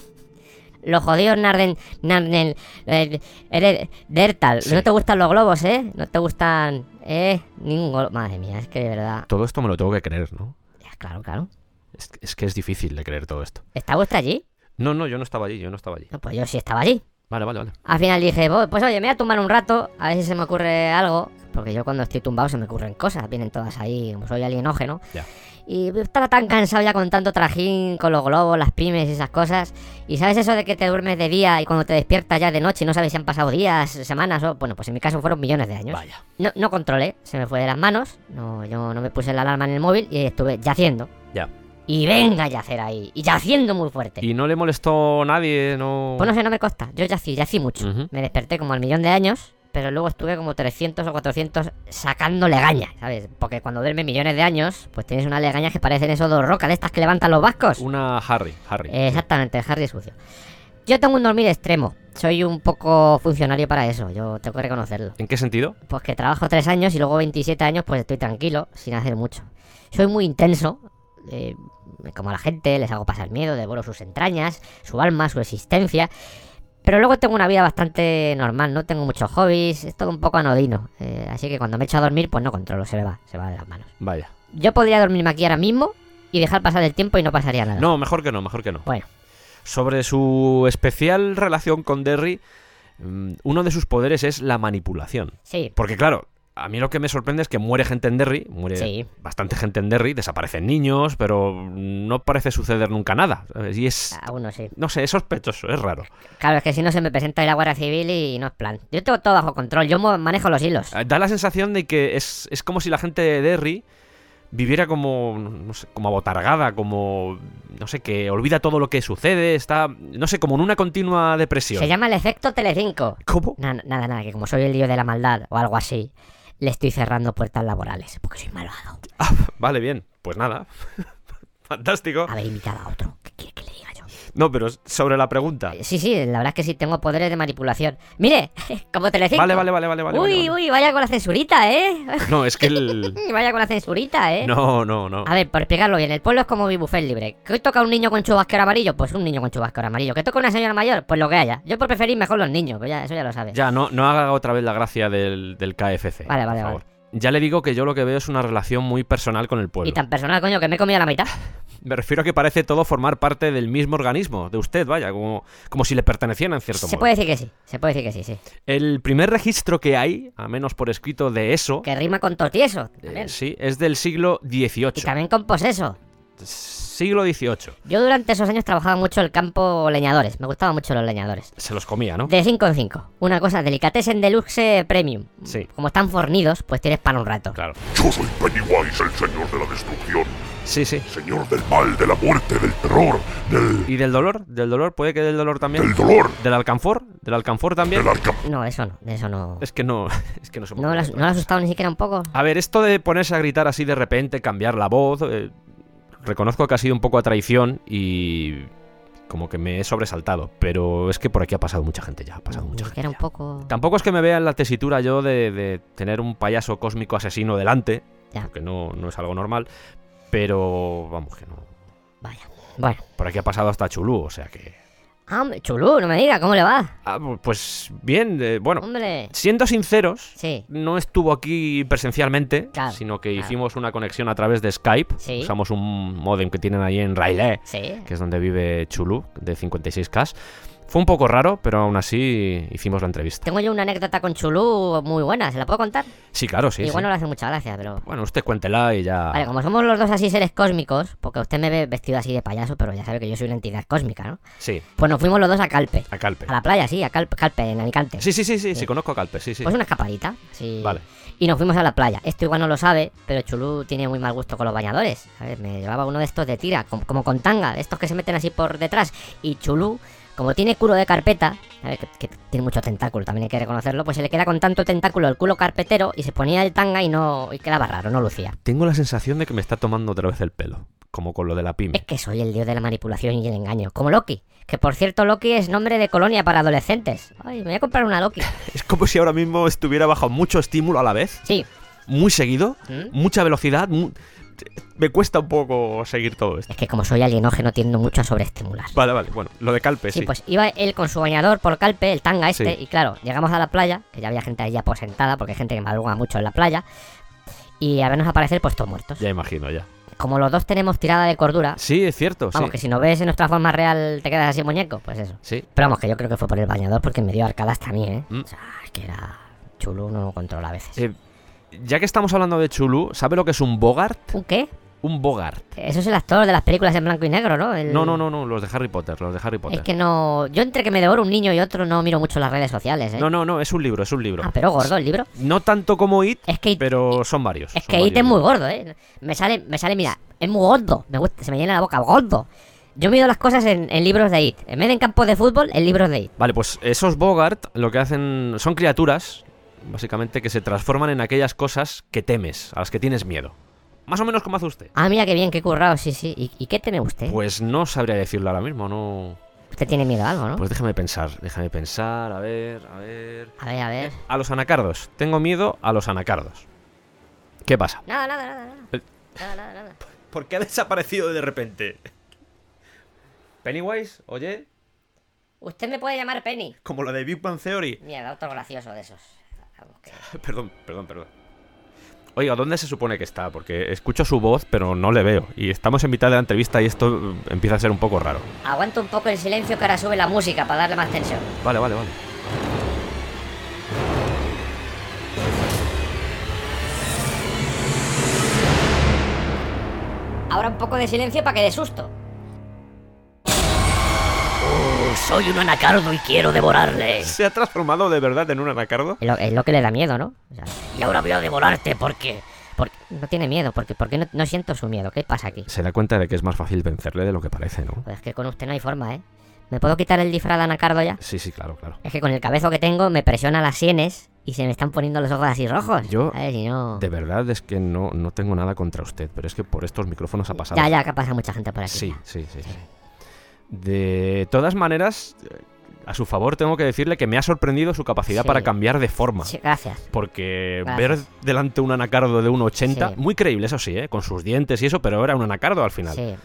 [SPEAKER 2] Los jodidos Narden, Narden, eh, eres Dertal.
[SPEAKER 1] Sí.
[SPEAKER 2] No te gustan los globos, ¿eh? No te gustan, ¿eh? Ningún globo. Madre mía, es que de verdad.
[SPEAKER 1] Todo esto me lo tengo que creer, ¿no?
[SPEAKER 2] Ya, Claro, claro.
[SPEAKER 1] Es, es que es difícil de creer todo esto.
[SPEAKER 2] ¿Estaba usted allí?
[SPEAKER 1] No, no, yo no estaba allí, yo no estaba allí.
[SPEAKER 2] No, pues yo sí estaba allí.
[SPEAKER 1] Vale, vale, vale.
[SPEAKER 2] Al final dije, "Bo- pues oye, me voy a tumbar un rato, a ver si se me ocurre algo. Porque yo cuando estoy tumbado se me ocurren cosas, vienen todas ahí, como soy alienógeno.
[SPEAKER 1] Ya.
[SPEAKER 2] Y estaba tan cansado ya con tanto trajín, con los globos, las pymes y esas cosas. Y sabes eso de que te duermes de día y cuando te despiertas ya de noche y no sabes si han pasado días, semanas o... Bueno, pues en mi caso fueron millones de años.
[SPEAKER 1] Vaya.
[SPEAKER 2] No, no controlé, se me fue de las manos, no, yo no me puse la alarma en el móvil y estuve yaciendo.
[SPEAKER 1] Ya.
[SPEAKER 2] Y venga a yacer ahí, y yaciendo muy fuerte.
[SPEAKER 1] Y no le molestó nadie, no...
[SPEAKER 2] Pues no sé, no me consta. Yo yací, yací mucho.
[SPEAKER 1] Ujú.
[SPEAKER 2] Me desperté como al millón de años, pero luego estuve como 300 o 400 sacando legaña, ¿sabes? Porque cuando duermes millones de años, pues tienes unas legañas que parecen esos dos rocas de estas que levantan los vascos.
[SPEAKER 1] Una Harry, Harry.
[SPEAKER 2] Eh, Exactamente, el Harry es sucio. Yo tengo un dormir extremo. Soy un poco funcionario para eso, yo tengo que reconocerlo.
[SPEAKER 1] ¿En qué sentido?
[SPEAKER 2] Pues que trabajo 3 años y luego 27 años, pues estoy tranquilo, sin hacer mucho. Soy muy intenso, eh, como a la gente, les hago pasar miedo, devoro sus entrañas, su alma, su existencia. Pero luego tengo una vida bastante normal, no tengo muchos hobbies, es todo un poco anodino. eh, así que cuando me echo a dormir, pues no controlo, se me va, se me va de las manos.
[SPEAKER 1] Vaya.
[SPEAKER 2] Yo podría dormirme aquí ahora mismo y dejar pasar el tiempo y no pasaría nada.
[SPEAKER 1] No, mejor que no, mejor que no.
[SPEAKER 2] Bueno,
[SPEAKER 1] Sobre su especial relación con Derry, mm, uno de sus poderes es la manipulación.
[SPEAKER 2] sí,
[SPEAKER 1] Porque claro, a mí lo que me sorprende es que muere gente en Derry, muere
[SPEAKER 2] Sí.
[SPEAKER 1] bastante gente en Derry, desaparecen niños, pero no parece suceder nunca nada. ¿sabes? Y es,
[SPEAKER 2] a uno sí.
[SPEAKER 1] no sé, es sospechoso, es raro.
[SPEAKER 2] Claro, es que si no se me presenta ahí la Guardia Civil y no es plan. Yo tengo todo bajo control, yo mo- manejo los hilos.
[SPEAKER 1] Eh, Da la sensación de que es, es como si la gente de Derry viviera como, no sé, como abotargada, como, no sé, que olvida todo lo que sucede, está, no sé, como en una continua depresión.
[SPEAKER 2] Se llama el efecto Telecinco.
[SPEAKER 1] ¿Cómo?
[SPEAKER 2] Na- nada, nada, que como soy el lío de la maldad o algo así, le estoy cerrando puertas laborales porque soy malvado.
[SPEAKER 1] Vale, bien, pues nada. Fantástico.
[SPEAKER 2] Haber invitado a otro. ¿Qué quiere que le diga yo?
[SPEAKER 1] No, pero sobre la pregunta.
[SPEAKER 2] Eh, Sí, sí, la verdad es que sí, tengo poderes de manipulación. ¡Mire! (laughs) Como Telecinco.
[SPEAKER 1] Vale, vale, vale, vale, vale.
[SPEAKER 2] uy,
[SPEAKER 1] vale, vale.
[SPEAKER 2] uy, vaya con la censurita, ¿eh? (laughs)
[SPEAKER 1] No, es que el...
[SPEAKER 2] vaya con la censurita, ¿eh?
[SPEAKER 1] No, no, no.
[SPEAKER 2] A ver, por explicarlo bien, el pueblo es como mi buffet libre. ¿Que hoy toca un niño con chubasquero amarillo? Pues un niño con chubasquero amarillo. ¿Que toca una señora mayor? Pues lo que haya. Yo por preferir mejor los niños, pues ya, eso ya lo sabes.
[SPEAKER 1] Ya, no, no haga otra vez la gracia del, del KFC.
[SPEAKER 2] Vale,
[SPEAKER 1] por
[SPEAKER 2] vale,
[SPEAKER 1] favor. Ya le digo que yo lo que veo es una relación muy personal con el pueblo.
[SPEAKER 2] y tan personal, coño, que me he comido la mitad.
[SPEAKER 1] Me refiero a que parece todo formar parte del mismo organismo, de usted, vaya, como, como si le perteneciera en cierto
[SPEAKER 2] Se
[SPEAKER 1] modo.
[SPEAKER 2] puede decir que sí, se puede decir que sí, sí.
[SPEAKER 1] El primer registro que hay, a menos por escrito de eso,
[SPEAKER 2] Que rima con tortieso.
[SPEAKER 1] eh,
[SPEAKER 2] también.
[SPEAKER 1] sí, es del siglo XVIII.
[SPEAKER 2] Y también con poseso.
[SPEAKER 1] Siglo XVIII.
[SPEAKER 2] Yo durante esos años trabajaba mucho el campo leñadores. Me gustaban mucho los leñadores.
[SPEAKER 1] Se los comía, ¿no?
[SPEAKER 2] De 5 en 5. Una cosa, delicatessen deluxe premium.
[SPEAKER 1] Sí.
[SPEAKER 2] Como están fornidos, pues tienes para un rato.
[SPEAKER 1] Claro.
[SPEAKER 4] Yo soy Pennywise, el señor de la destrucción,
[SPEAKER 1] Sí, sí.
[SPEAKER 4] señor del mal, de la muerte, del terror, del,
[SPEAKER 1] ¿Y del dolor? ¿Del dolor? ¿Puede que del dolor también?
[SPEAKER 4] del dolor,
[SPEAKER 1] ¿Del alcanfor? ¿Del alcanfor también?
[SPEAKER 4] del arca.
[SPEAKER 2] No, eso no, de eso no.
[SPEAKER 1] Es que no, (laughs) es que no se me
[SPEAKER 2] ¿No lo
[SPEAKER 1] ocurre
[SPEAKER 2] has-
[SPEAKER 1] otra.
[SPEAKER 2] no lo has asustado ni siquiera un poco?
[SPEAKER 1] A ver, esto de ponerse a gritar así de repente, cambiar la voz, eh, reconozco que ha sido un poco a traición y como que me he sobresaltado, pero es que por aquí ha pasado mucha gente ya, ha pasado mucha
[SPEAKER 2] Como que
[SPEAKER 1] gente.
[SPEAKER 2] era un
[SPEAKER 1] ya.
[SPEAKER 2] poco...
[SPEAKER 1] Tampoco es que me vea en la tesitura yo de, de tener un payaso cósmico asesino delante,
[SPEAKER 2] Ya.
[SPEAKER 1] porque no, no es algo normal, pero vamos que no.
[SPEAKER 2] Vaya. Bueno.
[SPEAKER 1] Por aquí ha pasado hasta Chulú, o sea que...
[SPEAKER 2] Ah, hombre, Chulú, no me diga, ¿cómo le va?
[SPEAKER 1] Ah, pues bien, eh, bueno,
[SPEAKER 2] Hombre.
[SPEAKER 1] siendo sinceros,
[SPEAKER 2] Sí.
[SPEAKER 1] no estuvo aquí presencialmente,
[SPEAKER 2] Claro,
[SPEAKER 1] sino que
[SPEAKER 2] claro.
[SPEAKER 1] hicimos una conexión a través de Skype.
[SPEAKER 2] Sí.
[SPEAKER 1] Usamos un modem que tienen ahí en Railé,
[SPEAKER 2] Sí.
[SPEAKER 1] que es donde vive Chulú, de 56K. Fue un poco raro, pero aún así hicimos la entrevista.
[SPEAKER 2] Tengo yo una anécdota con Chulú muy buena, ¿se la puedo contar?
[SPEAKER 1] Sí, claro, sí.
[SPEAKER 2] Igual
[SPEAKER 1] sí.
[SPEAKER 2] no le hace mucha gracia, pero...
[SPEAKER 1] Bueno, usted cuéntela y ya.
[SPEAKER 2] Vale, como somos los dos así seres cósmicos, porque usted me ve vestido así de payaso, pero ya sabe que yo soy una entidad cósmica, ¿no?
[SPEAKER 1] Sí,
[SPEAKER 2] Pues nos fuimos los dos a Calpe.
[SPEAKER 1] a Calpe.
[SPEAKER 2] A la playa, sí, a Calpe, Calpe en Alicante.
[SPEAKER 1] Sí, sí, sí, sí, sí, conozco a Calpe, sí, sí.
[SPEAKER 2] Pues una escapadita, sí.
[SPEAKER 1] Vale.
[SPEAKER 2] Y nos fuimos a la playa. Esto igual no lo sabe, pero Chulú tiene muy mal gusto con los bañadores. ¿sabes? Me llevaba uno de estos de tira, com- como con tanga, de estos que se meten así por detrás. Y Chulú, como tiene culo de carpeta, ¿sabes? Que, que tiene mucho tentáculo, también hay que reconocerlo, pues se le queda con tanto tentáculo el culo carpetero y se ponía el tanga y no y quedaba raro, no lucía.
[SPEAKER 1] Tengo la sensación de que me está tomando otra vez el pelo, como con lo de la
[SPEAKER 2] Es
[SPEAKER 1] pyme.
[SPEAKER 2] que soy el dios de la manipulación y el engaño, como Loki. Que por cierto, Loki es nombre de colonia para adolescentes. Ay, me voy a comprar una Loki.
[SPEAKER 1] Es como si ahora mismo estuviera bajo mucho estímulo a la vez,
[SPEAKER 2] Sí.
[SPEAKER 1] muy seguido,
[SPEAKER 2] ¿Mm?
[SPEAKER 1] mucha velocidad. mu- Me cuesta un poco seguir todo esto.
[SPEAKER 2] Es que como soy alienógeno tiendo mucho a sobreestimular.
[SPEAKER 1] Vale, vale, bueno, lo de Calpe, sí.
[SPEAKER 2] Sí, pues iba él con su bañador por Calpe, el tanga este,
[SPEAKER 1] Sí.
[SPEAKER 2] y claro, llegamos a la playa, que ya había gente ahí aposentada, porque hay gente que madruga mucho en la playa, y a vernos aparecer pues todos muertos.
[SPEAKER 1] Ya imagino, ya.
[SPEAKER 2] Como los dos tenemos tirada de cordura,
[SPEAKER 1] Sí, es cierto,
[SPEAKER 2] vamos,
[SPEAKER 1] sí.
[SPEAKER 2] que si nos ves en nuestra forma real te quedas así muñeco, pues eso.
[SPEAKER 1] Sí.
[SPEAKER 2] Pero vamos, que yo creo que fue por el bañador porque me dio arcadas también, ¿eh?
[SPEAKER 1] Mm.
[SPEAKER 2] O sea, es que era chulo, no lo controla a veces.
[SPEAKER 1] Eh, ya que estamos hablando de Chulu, ¿sabe lo que es un Bogart?
[SPEAKER 2] ¿Un qué?
[SPEAKER 1] Un Bogart.
[SPEAKER 2] Eso es el actor de las películas en blanco y negro, ¿no? El-
[SPEAKER 1] No, no, no, no, los de Harry Potter, los de Harry Potter.
[SPEAKER 2] Es que no... Yo entre que me devoro un niño y otro no miro mucho las redes sociales, ¿eh?
[SPEAKER 1] No, no, no, es un libro, es un libro.
[SPEAKER 2] Ah, pero gordo el libro.
[SPEAKER 1] No tanto como It,
[SPEAKER 2] Es que
[SPEAKER 1] pero son varios.
[SPEAKER 2] Es
[SPEAKER 1] son
[SPEAKER 2] que It
[SPEAKER 1] varios
[SPEAKER 2] es muy
[SPEAKER 1] libros.
[SPEAKER 2] gordo, ¿eh? Me sale, me sale, mira, es muy gordo. Me gusta, se me llena la boca, gordo. Yo mido las cosas en, en libros de It. En vez de en campos de fútbol, en libros de It.
[SPEAKER 1] Vale, pues esos Bogart lo que hacen son criaturas, básicamente, que se transforman en aquellas cosas que temes, a las que tienes miedo. Más o menos como hace usted.
[SPEAKER 2] Ah, mira qué bien, qué currado, sí, sí. ¿Y, y qué teme usted?
[SPEAKER 1] Pues no sabría decirlo ahora mismo, no.
[SPEAKER 2] Usted tiene miedo a algo, ¿no?
[SPEAKER 1] Pues déjame pensar, déjame pensar, a ver, a ver.
[SPEAKER 2] A ver, a ver.
[SPEAKER 1] A los anacardos. Tengo miedo a los anacardos. ¿Qué pasa?
[SPEAKER 2] Nada, nada, nada, nada.
[SPEAKER 1] El-
[SPEAKER 2] Nada, nada, nada.
[SPEAKER 1] ¿Por qué ha desaparecido de repente? Pennywise, oye,
[SPEAKER 2] Usted me puede llamar Penny.
[SPEAKER 1] como lo de Big Bang Theory.
[SPEAKER 2] Mierda, otro gracioso de esos. Vamos, que-
[SPEAKER 1] (laughs) Perdón, perdón, perdón. Oiga, ¿dónde se supone que está? Porque escucho su voz, pero no le veo. Y estamos en mitad de la entrevista y esto mm, empieza a ser un poco raro.
[SPEAKER 2] Aguanta un poco el silencio que ahora sube la música para darle más tensión.
[SPEAKER 1] Vale, vale, vale.
[SPEAKER 2] Ahora un poco de silencio para que dé susto. Oh, soy un anacardo y quiero devorarle.
[SPEAKER 1] ¿Se ha transformado de verdad en un anacardo?
[SPEAKER 2] Es lo, es lo que le da miedo, ¿no? O sea, y ahora voy a devorarte porque... porque no tiene miedo, porque, porque no, no siento su miedo. ¿Qué pasa aquí?
[SPEAKER 1] Se da cuenta de que es más fácil vencerle de lo que parece, ¿no?
[SPEAKER 2] Pues es que con usted no hay forma, ¿eh? ¿Me puedo quitar el disfraz de anacardo ya?
[SPEAKER 1] Sí, sí, claro, claro.
[SPEAKER 2] Es que con el cabezo que tengo me presiona las sienes y se me están poniendo los ojos así rojos.
[SPEAKER 1] Yo-
[SPEAKER 2] A ver si no...
[SPEAKER 1] De verdad es que no, no tengo nada contra usted, pero es que por estos micrófonos ha pasado.
[SPEAKER 2] Ya, ya, que pasa mucha gente por aquí.
[SPEAKER 1] Sí, sí, sí, sí. De todas maneras, eh, a su favor tengo que decirle que me ha sorprendido su capacidad
[SPEAKER 2] Sí.
[SPEAKER 1] para cambiar de forma.
[SPEAKER 2] Sí, gracias.
[SPEAKER 1] Porque
[SPEAKER 2] Gracias.
[SPEAKER 1] ver delante un anacardo de 1,80,
[SPEAKER 2] Sí.
[SPEAKER 1] muy creíble, eso sí, ¿eh? con sus dientes y eso, pero era un anacardo al final.
[SPEAKER 2] Sí.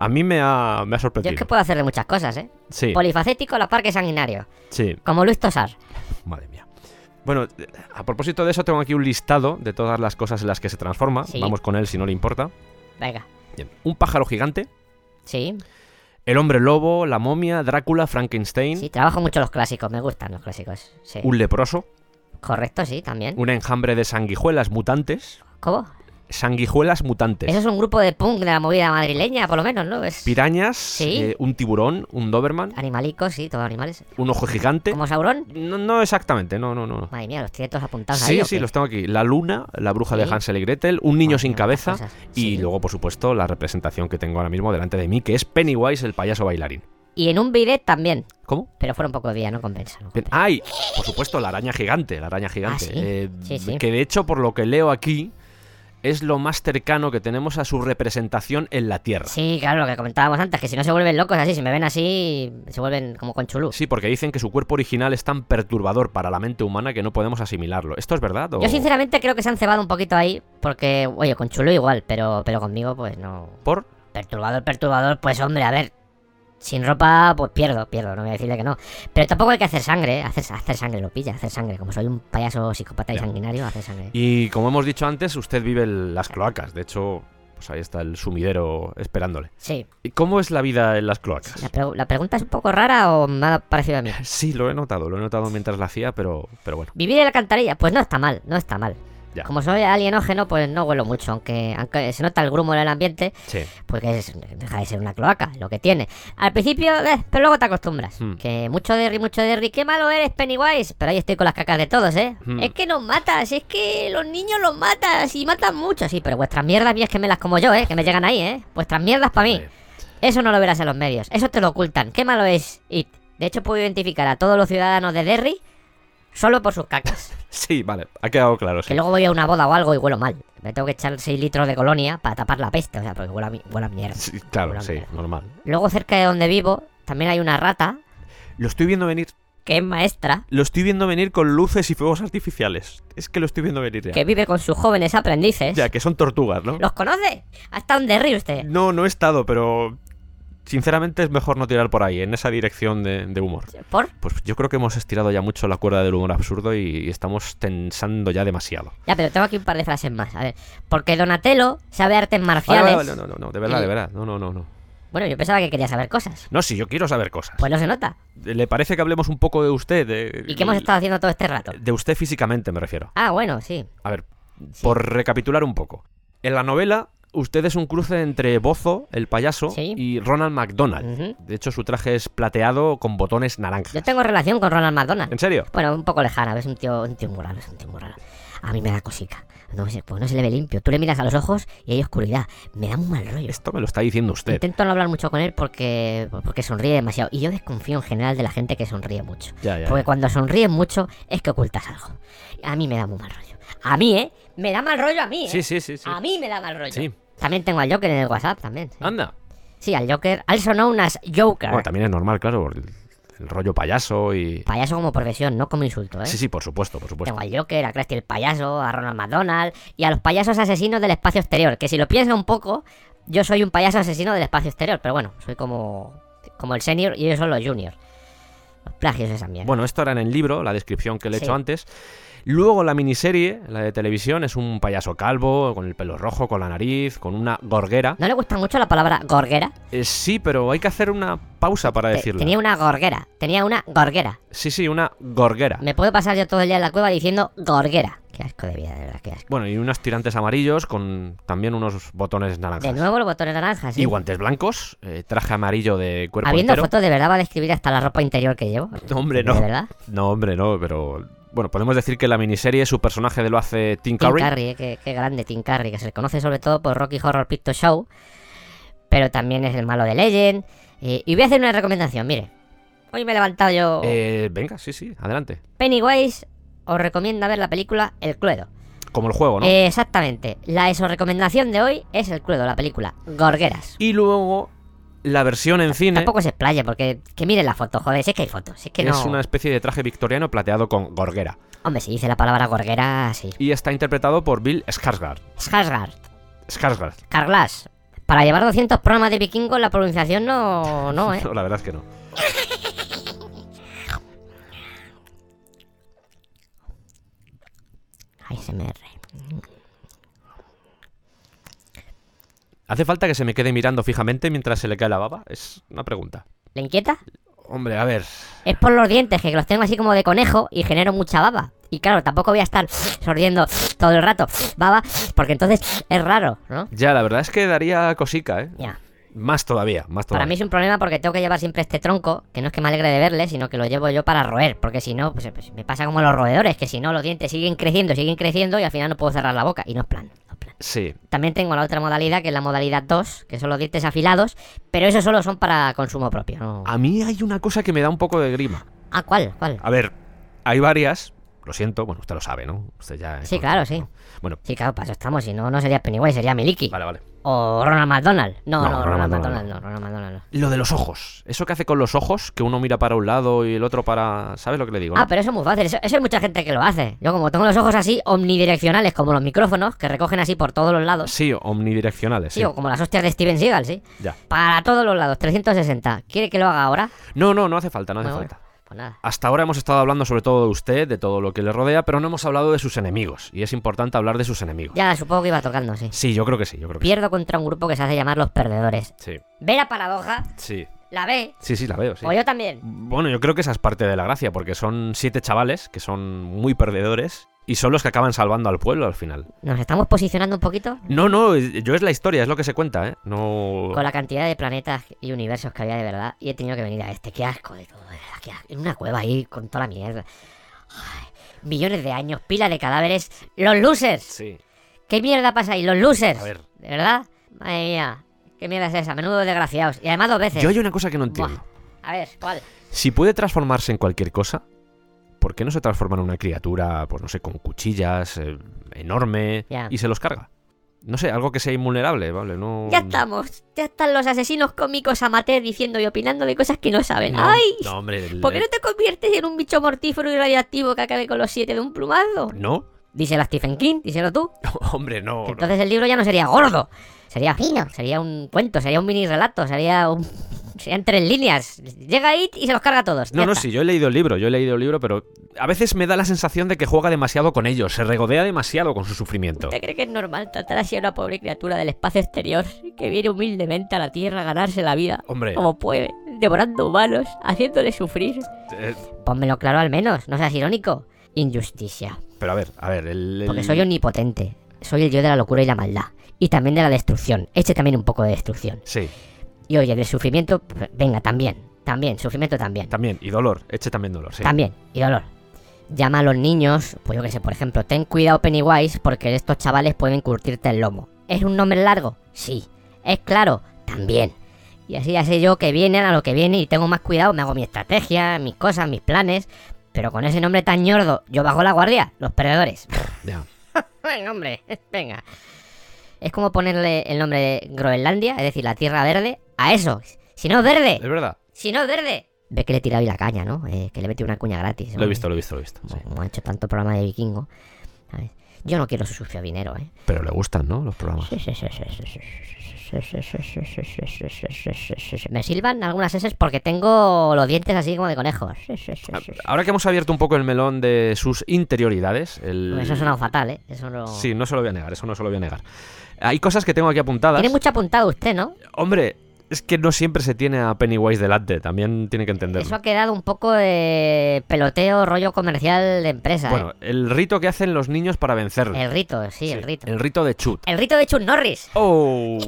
[SPEAKER 1] A mí me ha, me ha
[SPEAKER 2] Yo
[SPEAKER 1] sorprendido.
[SPEAKER 2] es que puedo hacer de muchas cosas, ¿eh?
[SPEAKER 1] Sí,
[SPEAKER 2] Polifacético, la parque sanguinario.
[SPEAKER 1] sí,
[SPEAKER 2] Como Luis Tosar.
[SPEAKER 1] madre mía. Bueno, eh, a propósito de eso, tengo aquí un listado de todas las cosas en las que se transforma.
[SPEAKER 2] Sí.
[SPEAKER 1] Ah, Vamos con él si no le importa.
[SPEAKER 2] Venga.
[SPEAKER 1] Bien. Un pájaro gigante,
[SPEAKER 2] Sí,
[SPEAKER 1] el hombre lobo, la momia, Drácula, Frankenstein,
[SPEAKER 2] sí, trabajo mucho los clásicos, me gustan los clásicos. Sí.
[SPEAKER 1] un leproso,
[SPEAKER 2] Correcto, sí, también.
[SPEAKER 1] un enjambre de sanguijuelas mutantes.
[SPEAKER 2] ¿Cómo?
[SPEAKER 1] Sanguijuelas mutantes.
[SPEAKER 2] Eso es un grupo de punk de la movida madrileña, por lo menos, ¿no? Es
[SPEAKER 1] Pirañas,
[SPEAKER 2] Sí.
[SPEAKER 1] eh, un tiburón, un Doberman,
[SPEAKER 2] animalicos, sí, todos animales.
[SPEAKER 1] un ojo gigante.
[SPEAKER 2] ¿Como Saurón?
[SPEAKER 1] No, no exactamente, no, no, no.
[SPEAKER 2] Madre mía, los tiene todos apuntados ahí.
[SPEAKER 1] Sí,
[SPEAKER 2] ¿o
[SPEAKER 1] sí,
[SPEAKER 2] qué?
[SPEAKER 1] los tengo aquí. La luna, la bruja
[SPEAKER 2] Sí.
[SPEAKER 1] de Hansel y Gretel, un niño
[SPEAKER 2] Madre
[SPEAKER 1] sin
[SPEAKER 2] mía,
[SPEAKER 1] cabeza
[SPEAKER 2] cuántas cosas.
[SPEAKER 1] y
[SPEAKER 2] Sí.
[SPEAKER 1] luego, por supuesto, la representación que tengo ahora mismo delante de mí, que es Pennywise, el payaso bailarín.
[SPEAKER 2] Y en un bidet también.
[SPEAKER 1] ¿Cómo?
[SPEAKER 2] Pero fuera un poco de día, no compensa. no
[SPEAKER 1] Bien,
[SPEAKER 2] compensa.
[SPEAKER 1] ¡Ay! Por supuesto, la araña gigante, la araña gigante.
[SPEAKER 2] Ah, sí.
[SPEAKER 1] eh,
[SPEAKER 2] Sí, sí.
[SPEAKER 1] Que de hecho, por lo que leo aquí, es lo más cercano que tenemos a su representación en la Tierra.
[SPEAKER 2] Sí, claro, lo que comentábamos antes, que si no se vuelven locos así, si me ven así, se vuelven como con chulú.
[SPEAKER 1] Sí, porque dicen que su cuerpo original es tan perturbador para la mente humana que no podemos asimilarlo. ¿Esto es verdad? O...
[SPEAKER 2] Yo sinceramente creo que se han cebado un poquito ahí, porque, oye, con chulo igual, pero, pero conmigo pues no.
[SPEAKER 1] ¿Por?
[SPEAKER 2] Perturbador, perturbador, pues hombre, a ver. Sin ropa, pues pierdo, pierdo, no voy a decirle que no. Pero tampoco hay que hacer sangre, ¿eh? hacer, hacer sangre lo pilla, hacer sangre. Como soy un payaso psicópata y
[SPEAKER 1] Ya.
[SPEAKER 2] sanguinario, hacer sangre.
[SPEAKER 1] Y como hemos dicho antes, usted vive en las cloacas. De hecho, pues ahí está el sumidero esperándole.
[SPEAKER 2] Sí,
[SPEAKER 1] ¿Y cómo es la vida en las
[SPEAKER 2] la,
[SPEAKER 1] cloacas?
[SPEAKER 2] pregu- la pregunta es un poco rara o me ha parecido a mí.
[SPEAKER 1] Sí, lo he notado, lo he notado mientras la hacía, pero, pero bueno.
[SPEAKER 2] Vivir en la alcantarilla, pues no está mal, no está mal.
[SPEAKER 1] Ya.
[SPEAKER 2] Como soy alienógeno, pues no huelo mucho, aunque, aunque se nota el grumo en el ambiente,
[SPEAKER 1] Sí.
[SPEAKER 2] porque es, deja de ser una cloaca, lo que tiene. Al principio, eh, pero luego te acostumbras.
[SPEAKER 1] Hmm.
[SPEAKER 2] Que mucho Derry, mucho Derry, qué malo eres, Pennywise. Pero ahí estoy con las cacas de todos, ¿eh?
[SPEAKER 1] Hmm.
[SPEAKER 2] Es que nos matas, es que los niños los matas y matan mucho. Sí, pero vuestras mierdas, bien es que me las como yo, ¿eh? Que me llegan ahí, ¿eh? Vuestras mierdas para mí.
[SPEAKER 1] Hombre.
[SPEAKER 2] Eso no lo verás en los medios, eso te lo ocultan. Qué malo es It. De hecho, puedo identificar a todos los ciudadanos de Derry solo por
[SPEAKER 1] (laughs)
[SPEAKER 2] sus cacas.
[SPEAKER 1] Sí, vale, ha quedado claro,
[SPEAKER 2] Que
[SPEAKER 1] sí.
[SPEAKER 2] luego voy a una boda o algo y huelo mal. Me tengo que echar 6 litros de colonia para tapar la peste, o sea, porque huele a, mi- huelo a mierda.
[SPEAKER 1] Sí, claro,
[SPEAKER 2] Una
[SPEAKER 1] sí,
[SPEAKER 2] mierda.
[SPEAKER 1] normal.
[SPEAKER 2] Luego cerca de donde vivo también hay una rata
[SPEAKER 1] Lo estoy viendo venir,
[SPEAKER 2] que es maestra,
[SPEAKER 1] lo estoy viendo venir con luces y fuegos artificiales. Es que lo estoy viendo venir ya.
[SPEAKER 2] que vive con sus jóvenes aprendices.
[SPEAKER 1] Ya, Mm. que son tortugas, ¿no?
[SPEAKER 2] ¿Los conoce? ¿Hasta dónde ríe usted?
[SPEAKER 1] No, no he estado, pero sinceramente es mejor no tirar por ahí, en esa dirección de, de humor.
[SPEAKER 2] ¿Por?
[SPEAKER 1] Pues yo creo que hemos estirado ya mucho la cuerda del humor absurdo y, y estamos tensando ya demasiado.
[SPEAKER 2] Ya, pero tengo aquí un par de frases más. A ver, porque Donatello sabe artes
[SPEAKER 1] Vale,
[SPEAKER 2] marciales.
[SPEAKER 1] vale, vale, no, no, no, de verdad,
[SPEAKER 2] Y-
[SPEAKER 1] de verdad. No, no, no, no.
[SPEAKER 2] Bueno, yo pensaba que quería saber cosas.
[SPEAKER 1] No, sí, yo quiero saber cosas.
[SPEAKER 2] Pues no se nota.
[SPEAKER 1] ¿Le parece que hablemos un poco de usted? De,
[SPEAKER 2] ¿Y qué hemos estado haciendo todo este rato?
[SPEAKER 1] De usted físicamente, me refiero.
[SPEAKER 2] Ah, bueno, sí.
[SPEAKER 1] A ver, por recapitular un poco. En la novela, usted es un cruce entre Bozo, el payaso,
[SPEAKER 2] Sí.
[SPEAKER 1] y Ronald McDonald.
[SPEAKER 2] Ujú.
[SPEAKER 1] De hecho, su traje es plateado con botones naranja.
[SPEAKER 2] Yo tengo relación con Ronald McDonald.
[SPEAKER 1] ¿En serio?
[SPEAKER 2] Bueno, un poco lejana, es un tío, un tío muy raro, es un tío muy raro. A mí me da cosica. No sé, pues no se le ve limpio. Tú le miras a los ojos y hay oscuridad. Me da un mal rollo.
[SPEAKER 1] Esto me lo está diciendo usted.
[SPEAKER 2] Intento no hablar mucho con él porque, porque sonríe demasiado. Y yo desconfío en general de la gente que sonríe mucho.
[SPEAKER 1] Ya, ya,
[SPEAKER 2] porque
[SPEAKER 1] ya.
[SPEAKER 2] cuando sonríes mucho es que ocultas algo. A mí me da muy mal rollo. A mí, ¿eh? Me da mal rollo a mí, ¿eh?
[SPEAKER 1] Sí, sí, sí, sí.
[SPEAKER 2] A mí me da mal rollo.
[SPEAKER 1] Sí.
[SPEAKER 2] También tengo al Joker en el WhatsApp, también. sí.
[SPEAKER 1] Anda.
[SPEAKER 2] Sí, al Joker. Also known as Joker.
[SPEAKER 1] Bueno, también es normal, claro, el, el rollo payaso y...
[SPEAKER 2] Payaso como profesión, no como insulto, ¿eh?
[SPEAKER 1] Sí, sí, por supuesto, por supuesto.
[SPEAKER 2] Tengo al Joker, a Krusty el payaso, a Ronald McDonald y a los payasos asesinos del espacio exterior. Que si lo piensa un poco, yo soy un payaso asesino del espacio exterior, pero bueno, soy como, como el senior y ellos son los juniors. Los plagios de esa mierda.
[SPEAKER 1] Bueno, esto era en el libro, la descripción que le he
[SPEAKER 2] Sí.
[SPEAKER 1] hecho antes. Luego la miniserie, la de televisión, es un payaso calvo, con el pelo rojo, con la nariz, con una gorguera.
[SPEAKER 2] ¿No le gusta mucho la palabra gorguera?
[SPEAKER 1] Eh, sí, pero hay que hacer una pausa para
[SPEAKER 2] Te-
[SPEAKER 1] decirlo.
[SPEAKER 2] Tenía una gorguera, tenía una gorguera.
[SPEAKER 1] Sí, sí, una gorguera.
[SPEAKER 2] Me puedo pasar yo todo el día en la cueva diciendo gorguera. Qué asco de vida, de verdad, qué asco.
[SPEAKER 1] Bueno, y unos tirantes amarillos con también unos botones naranjas.
[SPEAKER 2] De nuevo los botones naranjas, ¿sí?
[SPEAKER 1] Y guantes blancos, eh, traje amarillo de cuerpo
[SPEAKER 2] Habiendo
[SPEAKER 1] entero.
[SPEAKER 2] fotos, de verdad va a describir hasta la ropa interior que llevo.
[SPEAKER 1] No, hombre, no.
[SPEAKER 2] ¿De verdad?
[SPEAKER 1] No, hombre, no, pero... Bueno, podemos decir que en la miniserie su personaje lo hace Tim
[SPEAKER 2] Tim
[SPEAKER 1] Curry.
[SPEAKER 2] Curry, eh, qué, qué grande Tim Curry, que se le conoce sobre todo por Rocky Horror Picture Show, pero también es el malo de Legend. eh, y voy a hacer una recomendación, mire. Hoy me he levantado yo...
[SPEAKER 1] Eh, venga, sí, sí, adelante.
[SPEAKER 2] Pennywise os recomienda ver la película El Cluedo.
[SPEAKER 1] Como el juego, ¿no?
[SPEAKER 2] Eh, exactamente. La eso recomendación de hoy es El Cluedo, la película. Gorgueras.
[SPEAKER 1] Y luego, la versión en cine
[SPEAKER 2] Tampoco se explaye, porque que miren la foto, joder, si es que hay fotos, si es que no...
[SPEAKER 1] es una especie de traje victoriano plateado con gorguera.
[SPEAKER 2] Hombre, si dice la palabra gorguera, sí.
[SPEAKER 1] Y está interpretado por Bill Skarsgård.
[SPEAKER 2] Skarsgård,
[SPEAKER 1] Skarsgård.
[SPEAKER 2] Carglass. Para llevar 200 programas de vikingos la pronunciación no...
[SPEAKER 1] (laughs)
[SPEAKER 2] no, ¿eh?
[SPEAKER 1] No, la verdad es que no.
[SPEAKER 2] ASMR.
[SPEAKER 1] ¿Hace falta que se me quede mirando fijamente mientras se le cae la baba? Es una pregunta.
[SPEAKER 2] ¿Le inquieta?
[SPEAKER 1] Hombre, a ver.
[SPEAKER 2] Es por los dientes, que los tengo así como de conejo y genero mucha baba. Y claro, tampoco voy a estar (sniffs) sordiendo todo el rato baba, porque entonces es raro, ¿no?
[SPEAKER 1] Ya, la verdad es que daría cosica, ¿eh?
[SPEAKER 2] Ya.
[SPEAKER 1] Más todavía, más
[SPEAKER 2] Para
[SPEAKER 1] todavía.
[SPEAKER 2] mí es un problema porque tengo que llevar siempre este tronco, que no es que me alegre de verle, sino que lo llevo yo para roer, porque si no, pues, pues, me pasa como a los roedores, que si no los dientes siguen creciendo, siguen creciendo y al final no puedo cerrar la boca. Y no es plan, no es plan.
[SPEAKER 1] Sí.
[SPEAKER 2] También tengo la otra modalidad, que es la modalidad 2, que son los dientes afilados, pero esos solo son para consumo
[SPEAKER 1] Ah.
[SPEAKER 2] propio. ¿no?
[SPEAKER 1] A mí hay una cosa que me da un poco de grima.
[SPEAKER 2] Ah, ¿cuál? ¿Cuál?
[SPEAKER 1] A ver, hay varias. Lo siento, bueno, usted lo sabe, ¿no? Usted ya. es
[SPEAKER 2] Sí, claro, sí.
[SPEAKER 1] ¿no? Bueno,
[SPEAKER 2] Sí, claro, para eso estamos. Si no, no sería Pennywise, sería Miliki.
[SPEAKER 1] vale, vale.
[SPEAKER 2] O Ronald McDonald. No,
[SPEAKER 1] No,
[SPEAKER 2] no,
[SPEAKER 1] Ronald
[SPEAKER 2] Ronald
[SPEAKER 1] McDonald
[SPEAKER 2] McDonald, no, Ronald McDonald. no.
[SPEAKER 1] Lo de los ojos. Eso que hace con los ojos, que uno mira para un lado y el otro para. ¿Sabes lo que le digo? no?
[SPEAKER 2] Ah, pero eso es muy fácil. Eso, eso hay mucha gente que lo hace. Yo, como tengo los ojos así, omnidireccionales, como los micrófonos, que recogen así por todos los lados.
[SPEAKER 1] Sí, omnidireccionales.
[SPEAKER 2] Sí,
[SPEAKER 1] Sí.
[SPEAKER 2] o como las hostias de Steven Seagal, sí.
[SPEAKER 1] Ya.
[SPEAKER 2] Para todos los lados, 360. ¿Quiere que lo haga ahora?
[SPEAKER 1] No, no, no hace falta, no hace
[SPEAKER 2] Bueno,
[SPEAKER 1] falta.
[SPEAKER 2] bueno, Pues nada.
[SPEAKER 1] Hasta ahora hemos estado hablando sobre todo de usted, de todo lo que le rodea, pero no hemos hablado de sus enemigos. Y es importante hablar de sus enemigos.
[SPEAKER 2] Ya supongo que iba tocando, sí.
[SPEAKER 1] Sí, yo creo que sí, yo creo que sí.
[SPEAKER 2] Pierdo contra un grupo que se hace llamar los perdedores.
[SPEAKER 1] Sí,
[SPEAKER 2] Ve la paradoja,
[SPEAKER 1] sí.
[SPEAKER 2] la ve,
[SPEAKER 1] Sí, sí, la veo, sí.
[SPEAKER 2] o yo también.
[SPEAKER 1] Bueno, yo creo que esa es parte de la gracia, porque son siete chavales que son muy perdedores y son los que acaban salvando al pueblo al final.
[SPEAKER 2] Nos estamos posicionando un poquito
[SPEAKER 1] No, no, yo es la historia, es lo que se cuenta, ¿eh? No.
[SPEAKER 2] con la cantidad de planetas y universos que había de verdad y he tenido que venir a este. Qué asco de todo, de verdad, qué asco. En una cueva ahí con toda la mierda. Ay, millones de años, pila de cadáveres. ¡Los losers!
[SPEAKER 1] Sí.
[SPEAKER 2] ¿Qué mierda pasa ahí? ¡Los losers!
[SPEAKER 1] A ver.
[SPEAKER 2] ¿De verdad? Madre mía, qué mierda es esa. Menudo desgraciados. Y además dos veces.
[SPEAKER 1] Yo hay una cosa que no
[SPEAKER 2] Buah.
[SPEAKER 1] entiendo.
[SPEAKER 2] A ver, ¿cuál?
[SPEAKER 1] Si puede transformarse en cualquier cosa, ¿por qué no se transforma en una criatura, pues no sé, con cuchillas, eh, enorme,
[SPEAKER 2] Ya.
[SPEAKER 1] y se los carga? No sé, algo que sea invulnerable, ¿vale? No.
[SPEAKER 2] Ya estamos. Ya están los asesinos cómicos amateur diciendo y opinando de cosas que no saben.
[SPEAKER 1] No,
[SPEAKER 2] ¡Ay!
[SPEAKER 1] No, hombre. el-
[SPEAKER 2] ¿Por qué no te conviertes en un bicho mortífero y radioactivo que acabe con los siete de un plumazo?
[SPEAKER 1] ¿No?
[SPEAKER 2] Díselo a Stephen King, díselo tú.
[SPEAKER 1] Hombre, no. (laughs) no.
[SPEAKER 2] Que entonces el libro ya no sería gordo. Sería fino. Sería un cuento, sería un mini relato, sería un... (laughs) Serían tres líneas. Llega ahí y se los carga a todos.
[SPEAKER 1] No,
[SPEAKER 2] Ya
[SPEAKER 1] no,
[SPEAKER 2] está.
[SPEAKER 1] sí, yo he leído el libro, yo he leído el libro, pero a veces me da la sensación de que juega demasiado con ellos, se regodea demasiado con su sufrimiento.
[SPEAKER 2] ¿Usted cree que es normal tratar así a una pobre criatura del espacio exterior que viene humildemente a la Tierra a ganarse la vida?
[SPEAKER 1] Hombre.
[SPEAKER 2] Como puede, devorando humanos, haciéndole sufrir.
[SPEAKER 1] Eh,
[SPEAKER 2] Pónmelo claro al menos, no seas irónico. Injusticia.
[SPEAKER 1] pero a ver, a ver, el, el-
[SPEAKER 2] Porque soy omnipotente. Soy el yo de la locura y la maldad. Y también de la destrucción. Eche también un poco de destrucción.
[SPEAKER 1] Sí,
[SPEAKER 2] Y oye, del sufrimiento, pues, venga, también. También, sufrimiento también.
[SPEAKER 1] también, y dolor, eche también dolor, sí.
[SPEAKER 2] También, y dolor. Llama a los niños, pues yo que sé, por ejemplo, ten cuidado Pennywise porque estos chavales pueden curtirte el lomo. ¿Es un nombre largo? Sí. ¿Es claro? También. Y así ya sé yo que vienen a lo que viene y tengo más cuidado, me hago mi estrategia, mis cosas, mis planes. Pero con ese nombre tan ñordo, yo bajo la guardia, los perdedores. (laughs)
[SPEAKER 1] Ya.
[SPEAKER 2] venga, hombre, (laughs) venga. Es como ponerle el nombre de Groenlandia, es decir, la Tierra Verde, a eso. Si no es verde,
[SPEAKER 1] Es verdad,
[SPEAKER 2] si no es verde. Ve que le he tirado ahí la caña, ¿no? Eh, que le he metido una cuña gratis.
[SPEAKER 1] lo he visto, lo he visto, lo he visto. sí.
[SPEAKER 2] Como hemos hecho tanto programa de vikingo. ¿sabes? Yo no quiero su sucio dinero, ¿eh?
[SPEAKER 1] Pero le gustan, ¿no? Los programas.
[SPEAKER 2] Me silban algunas heces porque tengo los dientes así como de Pues conejos.
[SPEAKER 1] Ahora que hemos abierto un poco el melón de sus interioridades, el...
[SPEAKER 2] Eso ha sonado fatal, ¿eh? Eso no...
[SPEAKER 1] Sí, no se lo voy a negar, eso no se lo voy a negar. Hay cosas que tengo aquí apuntadas.
[SPEAKER 2] Tiene mucho apuntado usted, ¿no?
[SPEAKER 1] Hombre, es que no siempre se tiene a Pennywise delante, también tiene que entenderlo.
[SPEAKER 2] Eso ha quedado un poco de peloteo, rollo comercial de empresa, ¿eh?
[SPEAKER 1] Bueno, el rito que hacen los niños para vencerle.
[SPEAKER 2] El rito, sí, el
[SPEAKER 1] Sí,
[SPEAKER 2] rito.
[SPEAKER 1] El rito de Chut.
[SPEAKER 2] El rito de Chun Norris.
[SPEAKER 1] ¡Oh!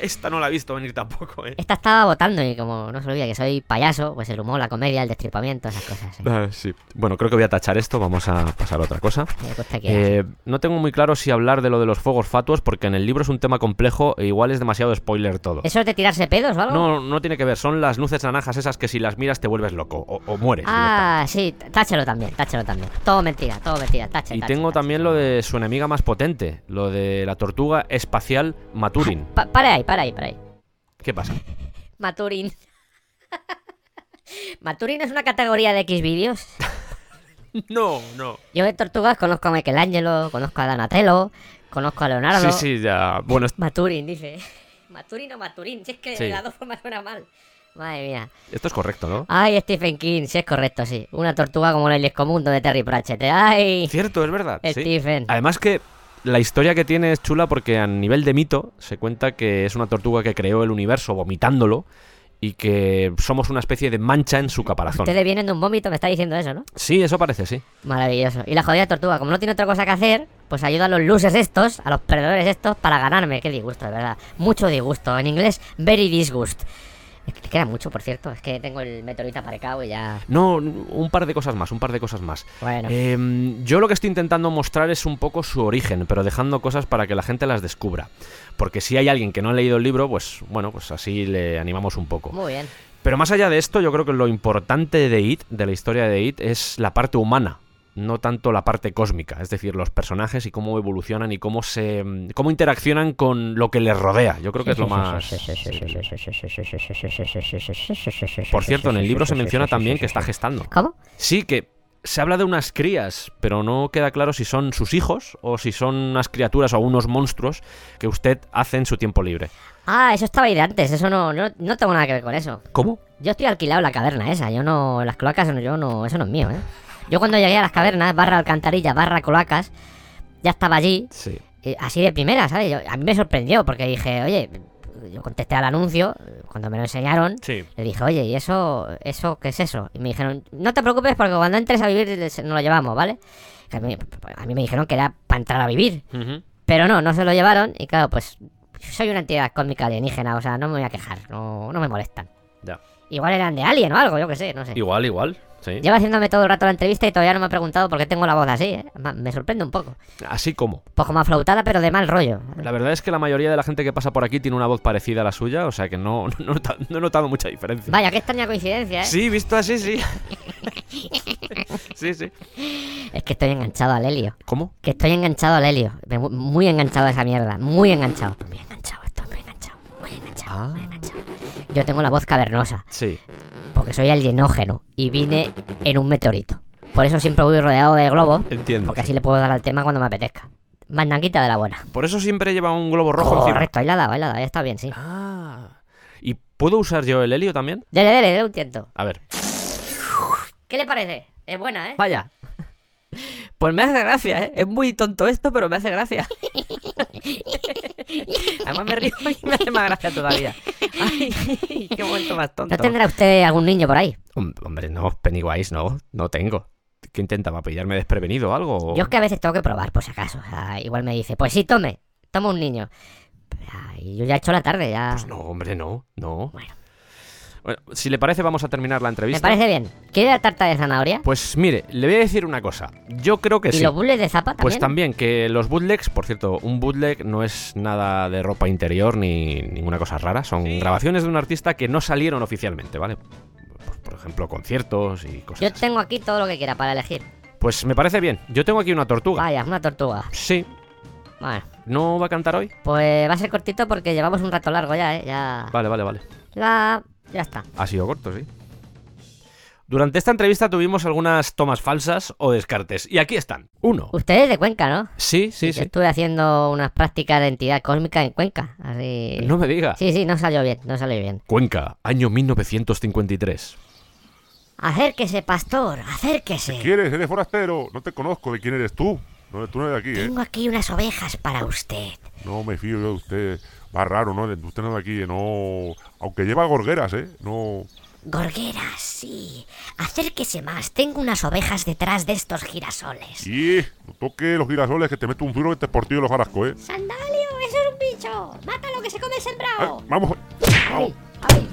[SPEAKER 1] Esta no la he visto venir tampoco, ¿eh?
[SPEAKER 2] Esta estaba votando y como no se olvida que soy payaso, pues el humor, la comedia, el destripamiento, esas cosas.
[SPEAKER 1] (laughs)
[SPEAKER 2] ¿eh?
[SPEAKER 1] Ah, sí. Bueno, creo que voy a tachar esto, vamos a pasar a otra cosa.
[SPEAKER 2] Lo que usted quiera.
[SPEAKER 1] Eh, no tengo muy claro si hablar de lo de los fuegos fatuos, porque en el libro es un tema complejo e igual es demasiado spoiler todo.
[SPEAKER 2] ¿Eso es de tirarse pedos o algo?
[SPEAKER 1] No, no tiene que ver, son las luces naranjas esas que si las miras te vuelves loco o, o mueres.
[SPEAKER 2] Ah, sí, táchelo también, táchelo también. Todo mentira, todo mentira, táchelo.
[SPEAKER 1] directamente. y tengo también lo de su enemiga más potente, lo de la tortuga espacial Maturin.
[SPEAKER 2] para ahí, para ahí, para ahí.
[SPEAKER 1] ¿Qué pasa?
[SPEAKER 2] (laughs) Maturin. Maturin es una categoría de X vídeos.
[SPEAKER 1] (laughs) No, no.
[SPEAKER 2] Yo de tortugas conozco a Michelangelo, conozco a Donatello, conozco a Leonardo.
[SPEAKER 1] Sí, sí, ya. Bueno, est-
[SPEAKER 2] Maturin, dice. (laughs) Maturin o Maturin, si es que
[SPEAKER 1] Sí.
[SPEAKER 2] de las dos formas suena mal. Madre mía.
[SPEAKER 1] esto es correcto, ¿no?
[SPEAKER 2] Ay, Stephen King, sí es correcto, sí. Una tortuga como el Mundo de Terry Pratchett. ¿eh? Ay,
[SPEAKER 1] Cierto, es verdad. sí.
[SPEAKER 2] Stephen.
[SPEAKER 1] Además que la historia que tiene es chula porque a nivel de mito se cuenta que es una tortuga que creó el universo vomitándolo y que somos una especie de mancha en su caparazón.
[SPEAKER 2] Ustedes vienen de un vómito, me está diciendo eso, ¿no?
[SPEAKER 1] Sí, eso parece, sí.
[SPEAKER 2] Maravilloso. Y la jodida tortuga, como no tiene otra cosa que hacer, pues ayuda a los losers estos, a los perdedores estos, para ganarme. Qué disgusto, de verdad. Mucho disgusto. En inglés, very disgust. Es que queda mucho, por cierto. Es que tengo el meteorita aparcado y ya.
[SPEAKER 1] No, un par de cosas más, un par de cosas más. Em,
[SPEAKER 2] Bueno.
[SPEAKER 1] Eh, yo lo que estoy intentando mostrar es un poco su origen, pero dejando cosas para que la gente las descubra. Porque si hay alguien que no ha leído el libro, pues bueno, pues así le animamos un poco.
[SPEAKER 2] Muy bien.
[SPEAKER 1] Pero más allá de esto, yo creo que lo importante de IT, de la historia de IT, es la parte humana, no tanto la parte cósmica, es decir, los personajes y cómo evolucionan y cómo se mm, cómo interaccionan con lo que les rodea. Yo creo que es lo más Por cierto, en el libro se menciona también que está gestando.
[SPEAKER 2] ¿Cómo?
[SPEAKER 1] Sí, que se habla de unas crías, pero no queda claro si son sus hijos o si son unas criaturas o unos monstruos que usted hace en su tiempo libre.
[SPEAKER 2] Ah, eso estaba ahí de antes, eso no, no, no tengo nada que ver con eso.
[SPEAKER 1] ¿Cómo?
[SPEAKER 2] Yo estoy alquilado en la caverna esa, yo no, las cloacas, no- yo no, eso no es mío, ¿eh? Yo cuando llegué a las cavernas, barra alcantarilla, barra cloacas, ya estaba allí,
[SPEAKER 1] Sí.
[SPEAKER 2] eh, así de primera, ¿sabes? Yo- a mí me sorprendió porque dije, oye, yo contesté al anuncio, cuando me lo enseñaron,
[SPEAKER 1] Sí.
[SPEAKER 2] le dije, oye, ¿y eso, eso qué es eso? Y me dijeron, no te preocupes porque cuando entres a vivir se- nos lo llevamos, ¿vale? Que a mí- a mí me dijeron que era para entrar a vivir.
[SPEAKER 1] Ujú.
[SPEAKER 2] Pero no, no se lo llevaron y claro, pues soy una entidad cósmica alienígena, o sea, no me voy a quejar, no, no me molestan.
[SPEAKER 1] Ya.
[SPEAKER 2] Igual eran de alien o algo, yo qué sé, no sé.
[SPEAKER 1] Igual, igual. Sí.
[SPEAKER 2] Llevo haciéndome todo el rato la entrevista y todavía no me ha preguntado por qué tengo la voz así, ¿eh? Ma- Me sorprende un poco.
[SPEAKER 1] Así como.
[SPEAKER 2] Un poco más flautada, pero de mal rollo.
[SPEAKER 1] La verdad es que la mayoría de la gente que pasa por aquí tiene una voz parecida a la suya, o sea que no, (laughs) no, he nota- no he notado mucha diferencia.
[SPEAKER 2] Vaya, qué extraña coincidencia, ¿eh?
[SPEAKER 1] Sí, visto así, sí.
[SPEAKER 2] (laughs)
[SPEAKER 1] sí, sí.
[SPEAKER 2] Es que estoy enganchado al helio.
[SPEAKER 1] ¿Cómo?
[SPEAKER 2] Que estoy enganchado al helio. Me- Muy enganchado a esa mierda. Muy enganchado. Muy enganchado, estoy muy enganchado. Muy enganchado,
[SPEAKER 1] Ah.
[SPEAKER 2] muy enganchado. Yo tengo la voz cavernosa.
[SPEAKER 1] Sí.
[SPEAKER 2] porque soy alienógeno y vine en un meteorito. Por eso siempre voy rodeado de globos,
[SPEAKER 1] Entiendo.
[SPEAKER 2] porque así le puedo dar al tema cuando me apetezca. Mandanguita de la buena.
[SPEAKER 1] Por eso siempre lleva un globo rojo encima.
[SPEAKER 2] Correcto, ahí la he dado, ahí la he dado, ahí está bien, sí.
[SPEAKER 1] Ah. ¿Y puedo usar yo el helio también?
[SPEAKER 2] Dele, dele, dele un tiento.
[SPEAKER 1] A ver.
[SPEAKER 2] ¿Qué le parece? Es buena, ¿eh?
[SPEAKER 6] Vaya. Pues me hace gracia, ¿eh? Es muy tonto esto, pero me
[SPEAKER 2] (laughs)
[SPEAKER 6] hace gracia. Además me río y me hace más gracia todavía. Ay, qué momento más tonto.
[SPEAKER 2] ¿No tendrá usted algún niño por ahí?
[SPEAKER 1] Hom- Hombre, no, Pennywise, no, no tengo. ¿Qué intentaba? ¿Pillarme desprevenido o algo? o-
[SPEAKER 2] Yo es que a veces tengo que probar, por si acaso. O sea, igual me dice, pues sí, tome, toma un niño. Ah, Y yo ya he hecho la tarde, ya...
[SPEAKER 1] Pues no, hombre, no, no.
[SPEAKER 2] Bueno.
[SPEAKER 1] Bueno, si le parece, vamos a terminar la entrevista.
[SPEAKER 2] me parece bien. ¿Quiere la tarta de zanahoria?
[SPEAKER 1] Pues mire, le voy a decir una cosa. Yo creo que
[SPEAKER 2] ¿Y
[SPEAKER 1] sí.
[SPEAKER 2] los bules de zapa también?
[SPEAKER 1] Pues también que los bootlegs, por cierto, un bootleg no es nada de ropa interior ni ninguna cosa rara, son grabaciones de un artista que no salieron oficialmente, ¿vale? Pues, por ejemplo, conciertos y cosas.
[SPEAKER 2] Yo
[SPEAKER 1] así.
[SPEAKER 2] tengo aquí todo lo que quiera para elegir.
[SPEAKER 1] Pues me parece bien. Yo tengo aquí una tortuga.
[SPEAKER 2] Vaya, una tortuga.
[SPEAKER 1] Sí.
[SPEAKER 2] Bueno.
[SPEAKER 1] ¿No va a cantar hoy?
[SPEAKER 2] Pues va a ser cortito porque llevamos un rato largo ya, ¿eh? Ya...
[SPEAKER 1] Vale, vale, vale.
[SPEAKER 2] Ya... Ya está.
[SPEAKER 1] Ha sido corto, sí. Durante esta entrevista tuvimos algunas tomas falsas o descartes. Y aquí están. Uno.
[SPEAKER 2] Usted es de Cuenca, ¿no?
[SPEAKER 1] Sí, sí,
[SPEAKER 2] Yo
[SPEAKER 1] sí.
[SPEAKER 2] Estuve haciendo unas prácticas de entidad cósmica en Cuenca. Así...
[SPEAKER 1] No me diga.
[SPEAKER 2] Sí, sí, no salió bien, no salió bien.
[SPEAKER 1] Cuenca, año 1953.
[SPEAKER 2] Acérquese, pastor, acérquese.
[SPEAKER 4] ¿Quieres? Eres forastero. No te conozco. ¿De quién eres tú? No, tú no eres de aquí, ¿eh?
[SPEAKER 2] Tengo aquí unas ovejas para usted.
[SPEAKER 4] No me fío yo de usted. Va raro, ¿no? De- Usted no es de aquí, ¿eh? No... Aunque lleva gorgueras, ¿eh? No...
[SPEAKER 2] Gorgueras, sí. Acérquese más, tengo unas ovejas detrás de estos girasoles.
[SPEAKER 4] Y... No toque los girasoles que te meto un duro que te portillo los jarasco, ¿eh?
[SPEAKER 2] ¡Sandalio, eso es un bicho! ¡Mátalo que se come el
[SPEAKER 4] Ah,
[SPEAKER 2] sembrado!
[SPEAKER 4] ¡Vamos!
[SPEAKER 2] ¡Ay,
[SPEAKER 4] ¡Vamos!
[SPEAKER 2] ay!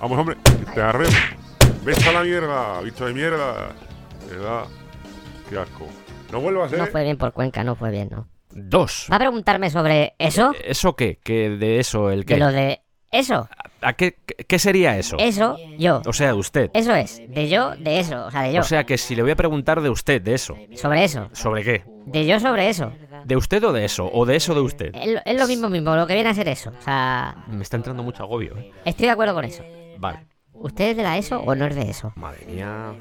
[SPEAKER 4] Vamos, hombre, te arreo. Ves a la mierda, bicho de mierda. De ¿Verdad? Qué asco. No vuelvas, ¿eh?
[SPEAKER 2] No fue bien por Cuenca, no fue bien, ¿no?
[SPEAKER 1] Dos.
[SPEAKER 2] ¿Va a preguntarme sobre eso?
[SPEAKER 1] ¿Eso qué? ¿Qué de eso el
[SPEAKER 2] De
[SPEAKER 1] qué?
[SPEAKER 2] lo de eso,
[SPEAKER 1] ¿A qué, qué sería eso?
[SPEAKER 2] eso, yo.
[SPEAKER 1] O sea, de usted.
[SPEAKER 2] Eso es, de yo, de eso, o sea, de yo.
[SPEAKER 1] O sea, que si le voy a preguntar de usted, de eso.
[SPEAKER 2] sobre eso.
[SPEAKER 1] ¿Sobre qué?
[SPEAKER 2] De yo sobre eso.
[SPEAKER 1] ¿De usted o de eso? ¿O de eso de usted?
[SPEAKER 2] Es, lo- es lo mismo mismo, lo que viene a ser eso. O sea,
[SPEAKER 1] Me está entrando mucho agobio, ¿eh?
[SPEAKER 2] estoy de acuerdo con eso.
[SPEAKER 1] Vale.
[SPEAKER 2] ¿Usted es de la ESO o no es de eso?
[SPEAKER 1] Madre mía.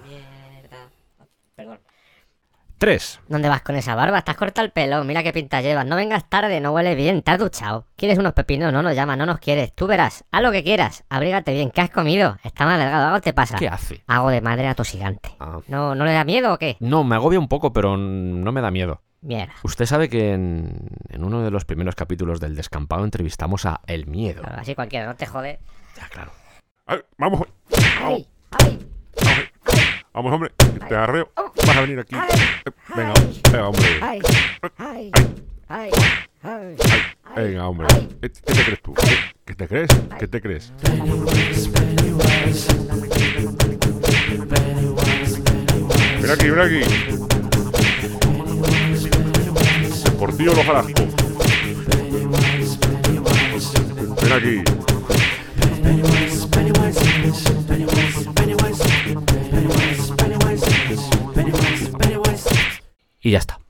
[SPEAKER 1] Tres.
[SPEAKER 2] ¿Dónde vas con esa barba? Estás corta el pelo, mira qué pinta llevas. No vengas tarde, no hueles bien, te has duchado. ¿Quieres unos pepinos? No nos llamas, no nos quieres. Tú verás, haz lo que quieras. Abrígate bien, ¿qué has comido? Está más delgado, algo te pasa.
[SPEAKER 1] ¿Qué hace?
[SPEAKER 2] Hago de madre atosigante.
[SPEAKER 1] Ah.
[SPEAKER 2] ¿No, ¿No le da miedo o qué?
[SPEAKER 1] No, me agobia un poco, pero no me da miedo.
[SPEAKER 2] Mierda.
[SPEAKER 1] Usted sabe que en, en uno de los primeros capítulos del Descampado entrevistamos a El Miedo.
[SPEAKER 2] Claro, así cualquiera, no te jode.
[SPEAKER 1] Ya, claro.
[SPEAKER 4] Ay, vamos,
[SPEAKER 2] ¡Ay! ¡Ay!
[SPEAKER 4] vamos, hombre, te arreo. Vas a venir aquí. Eh, Venga, venga, hombre.
[SPEAKER 2] ¡Ay! ¡Ay! ¡Ay! ¡Ay!
[SPEAKER 4] Venga, hombre. Eh, ¿Qué te crees tú? ¿Qué te crees? ¿Qué te crees? Ven aquí, ven aquí. Portillo los jarasco. aquí.
[SPEAKER 1] Y ya está.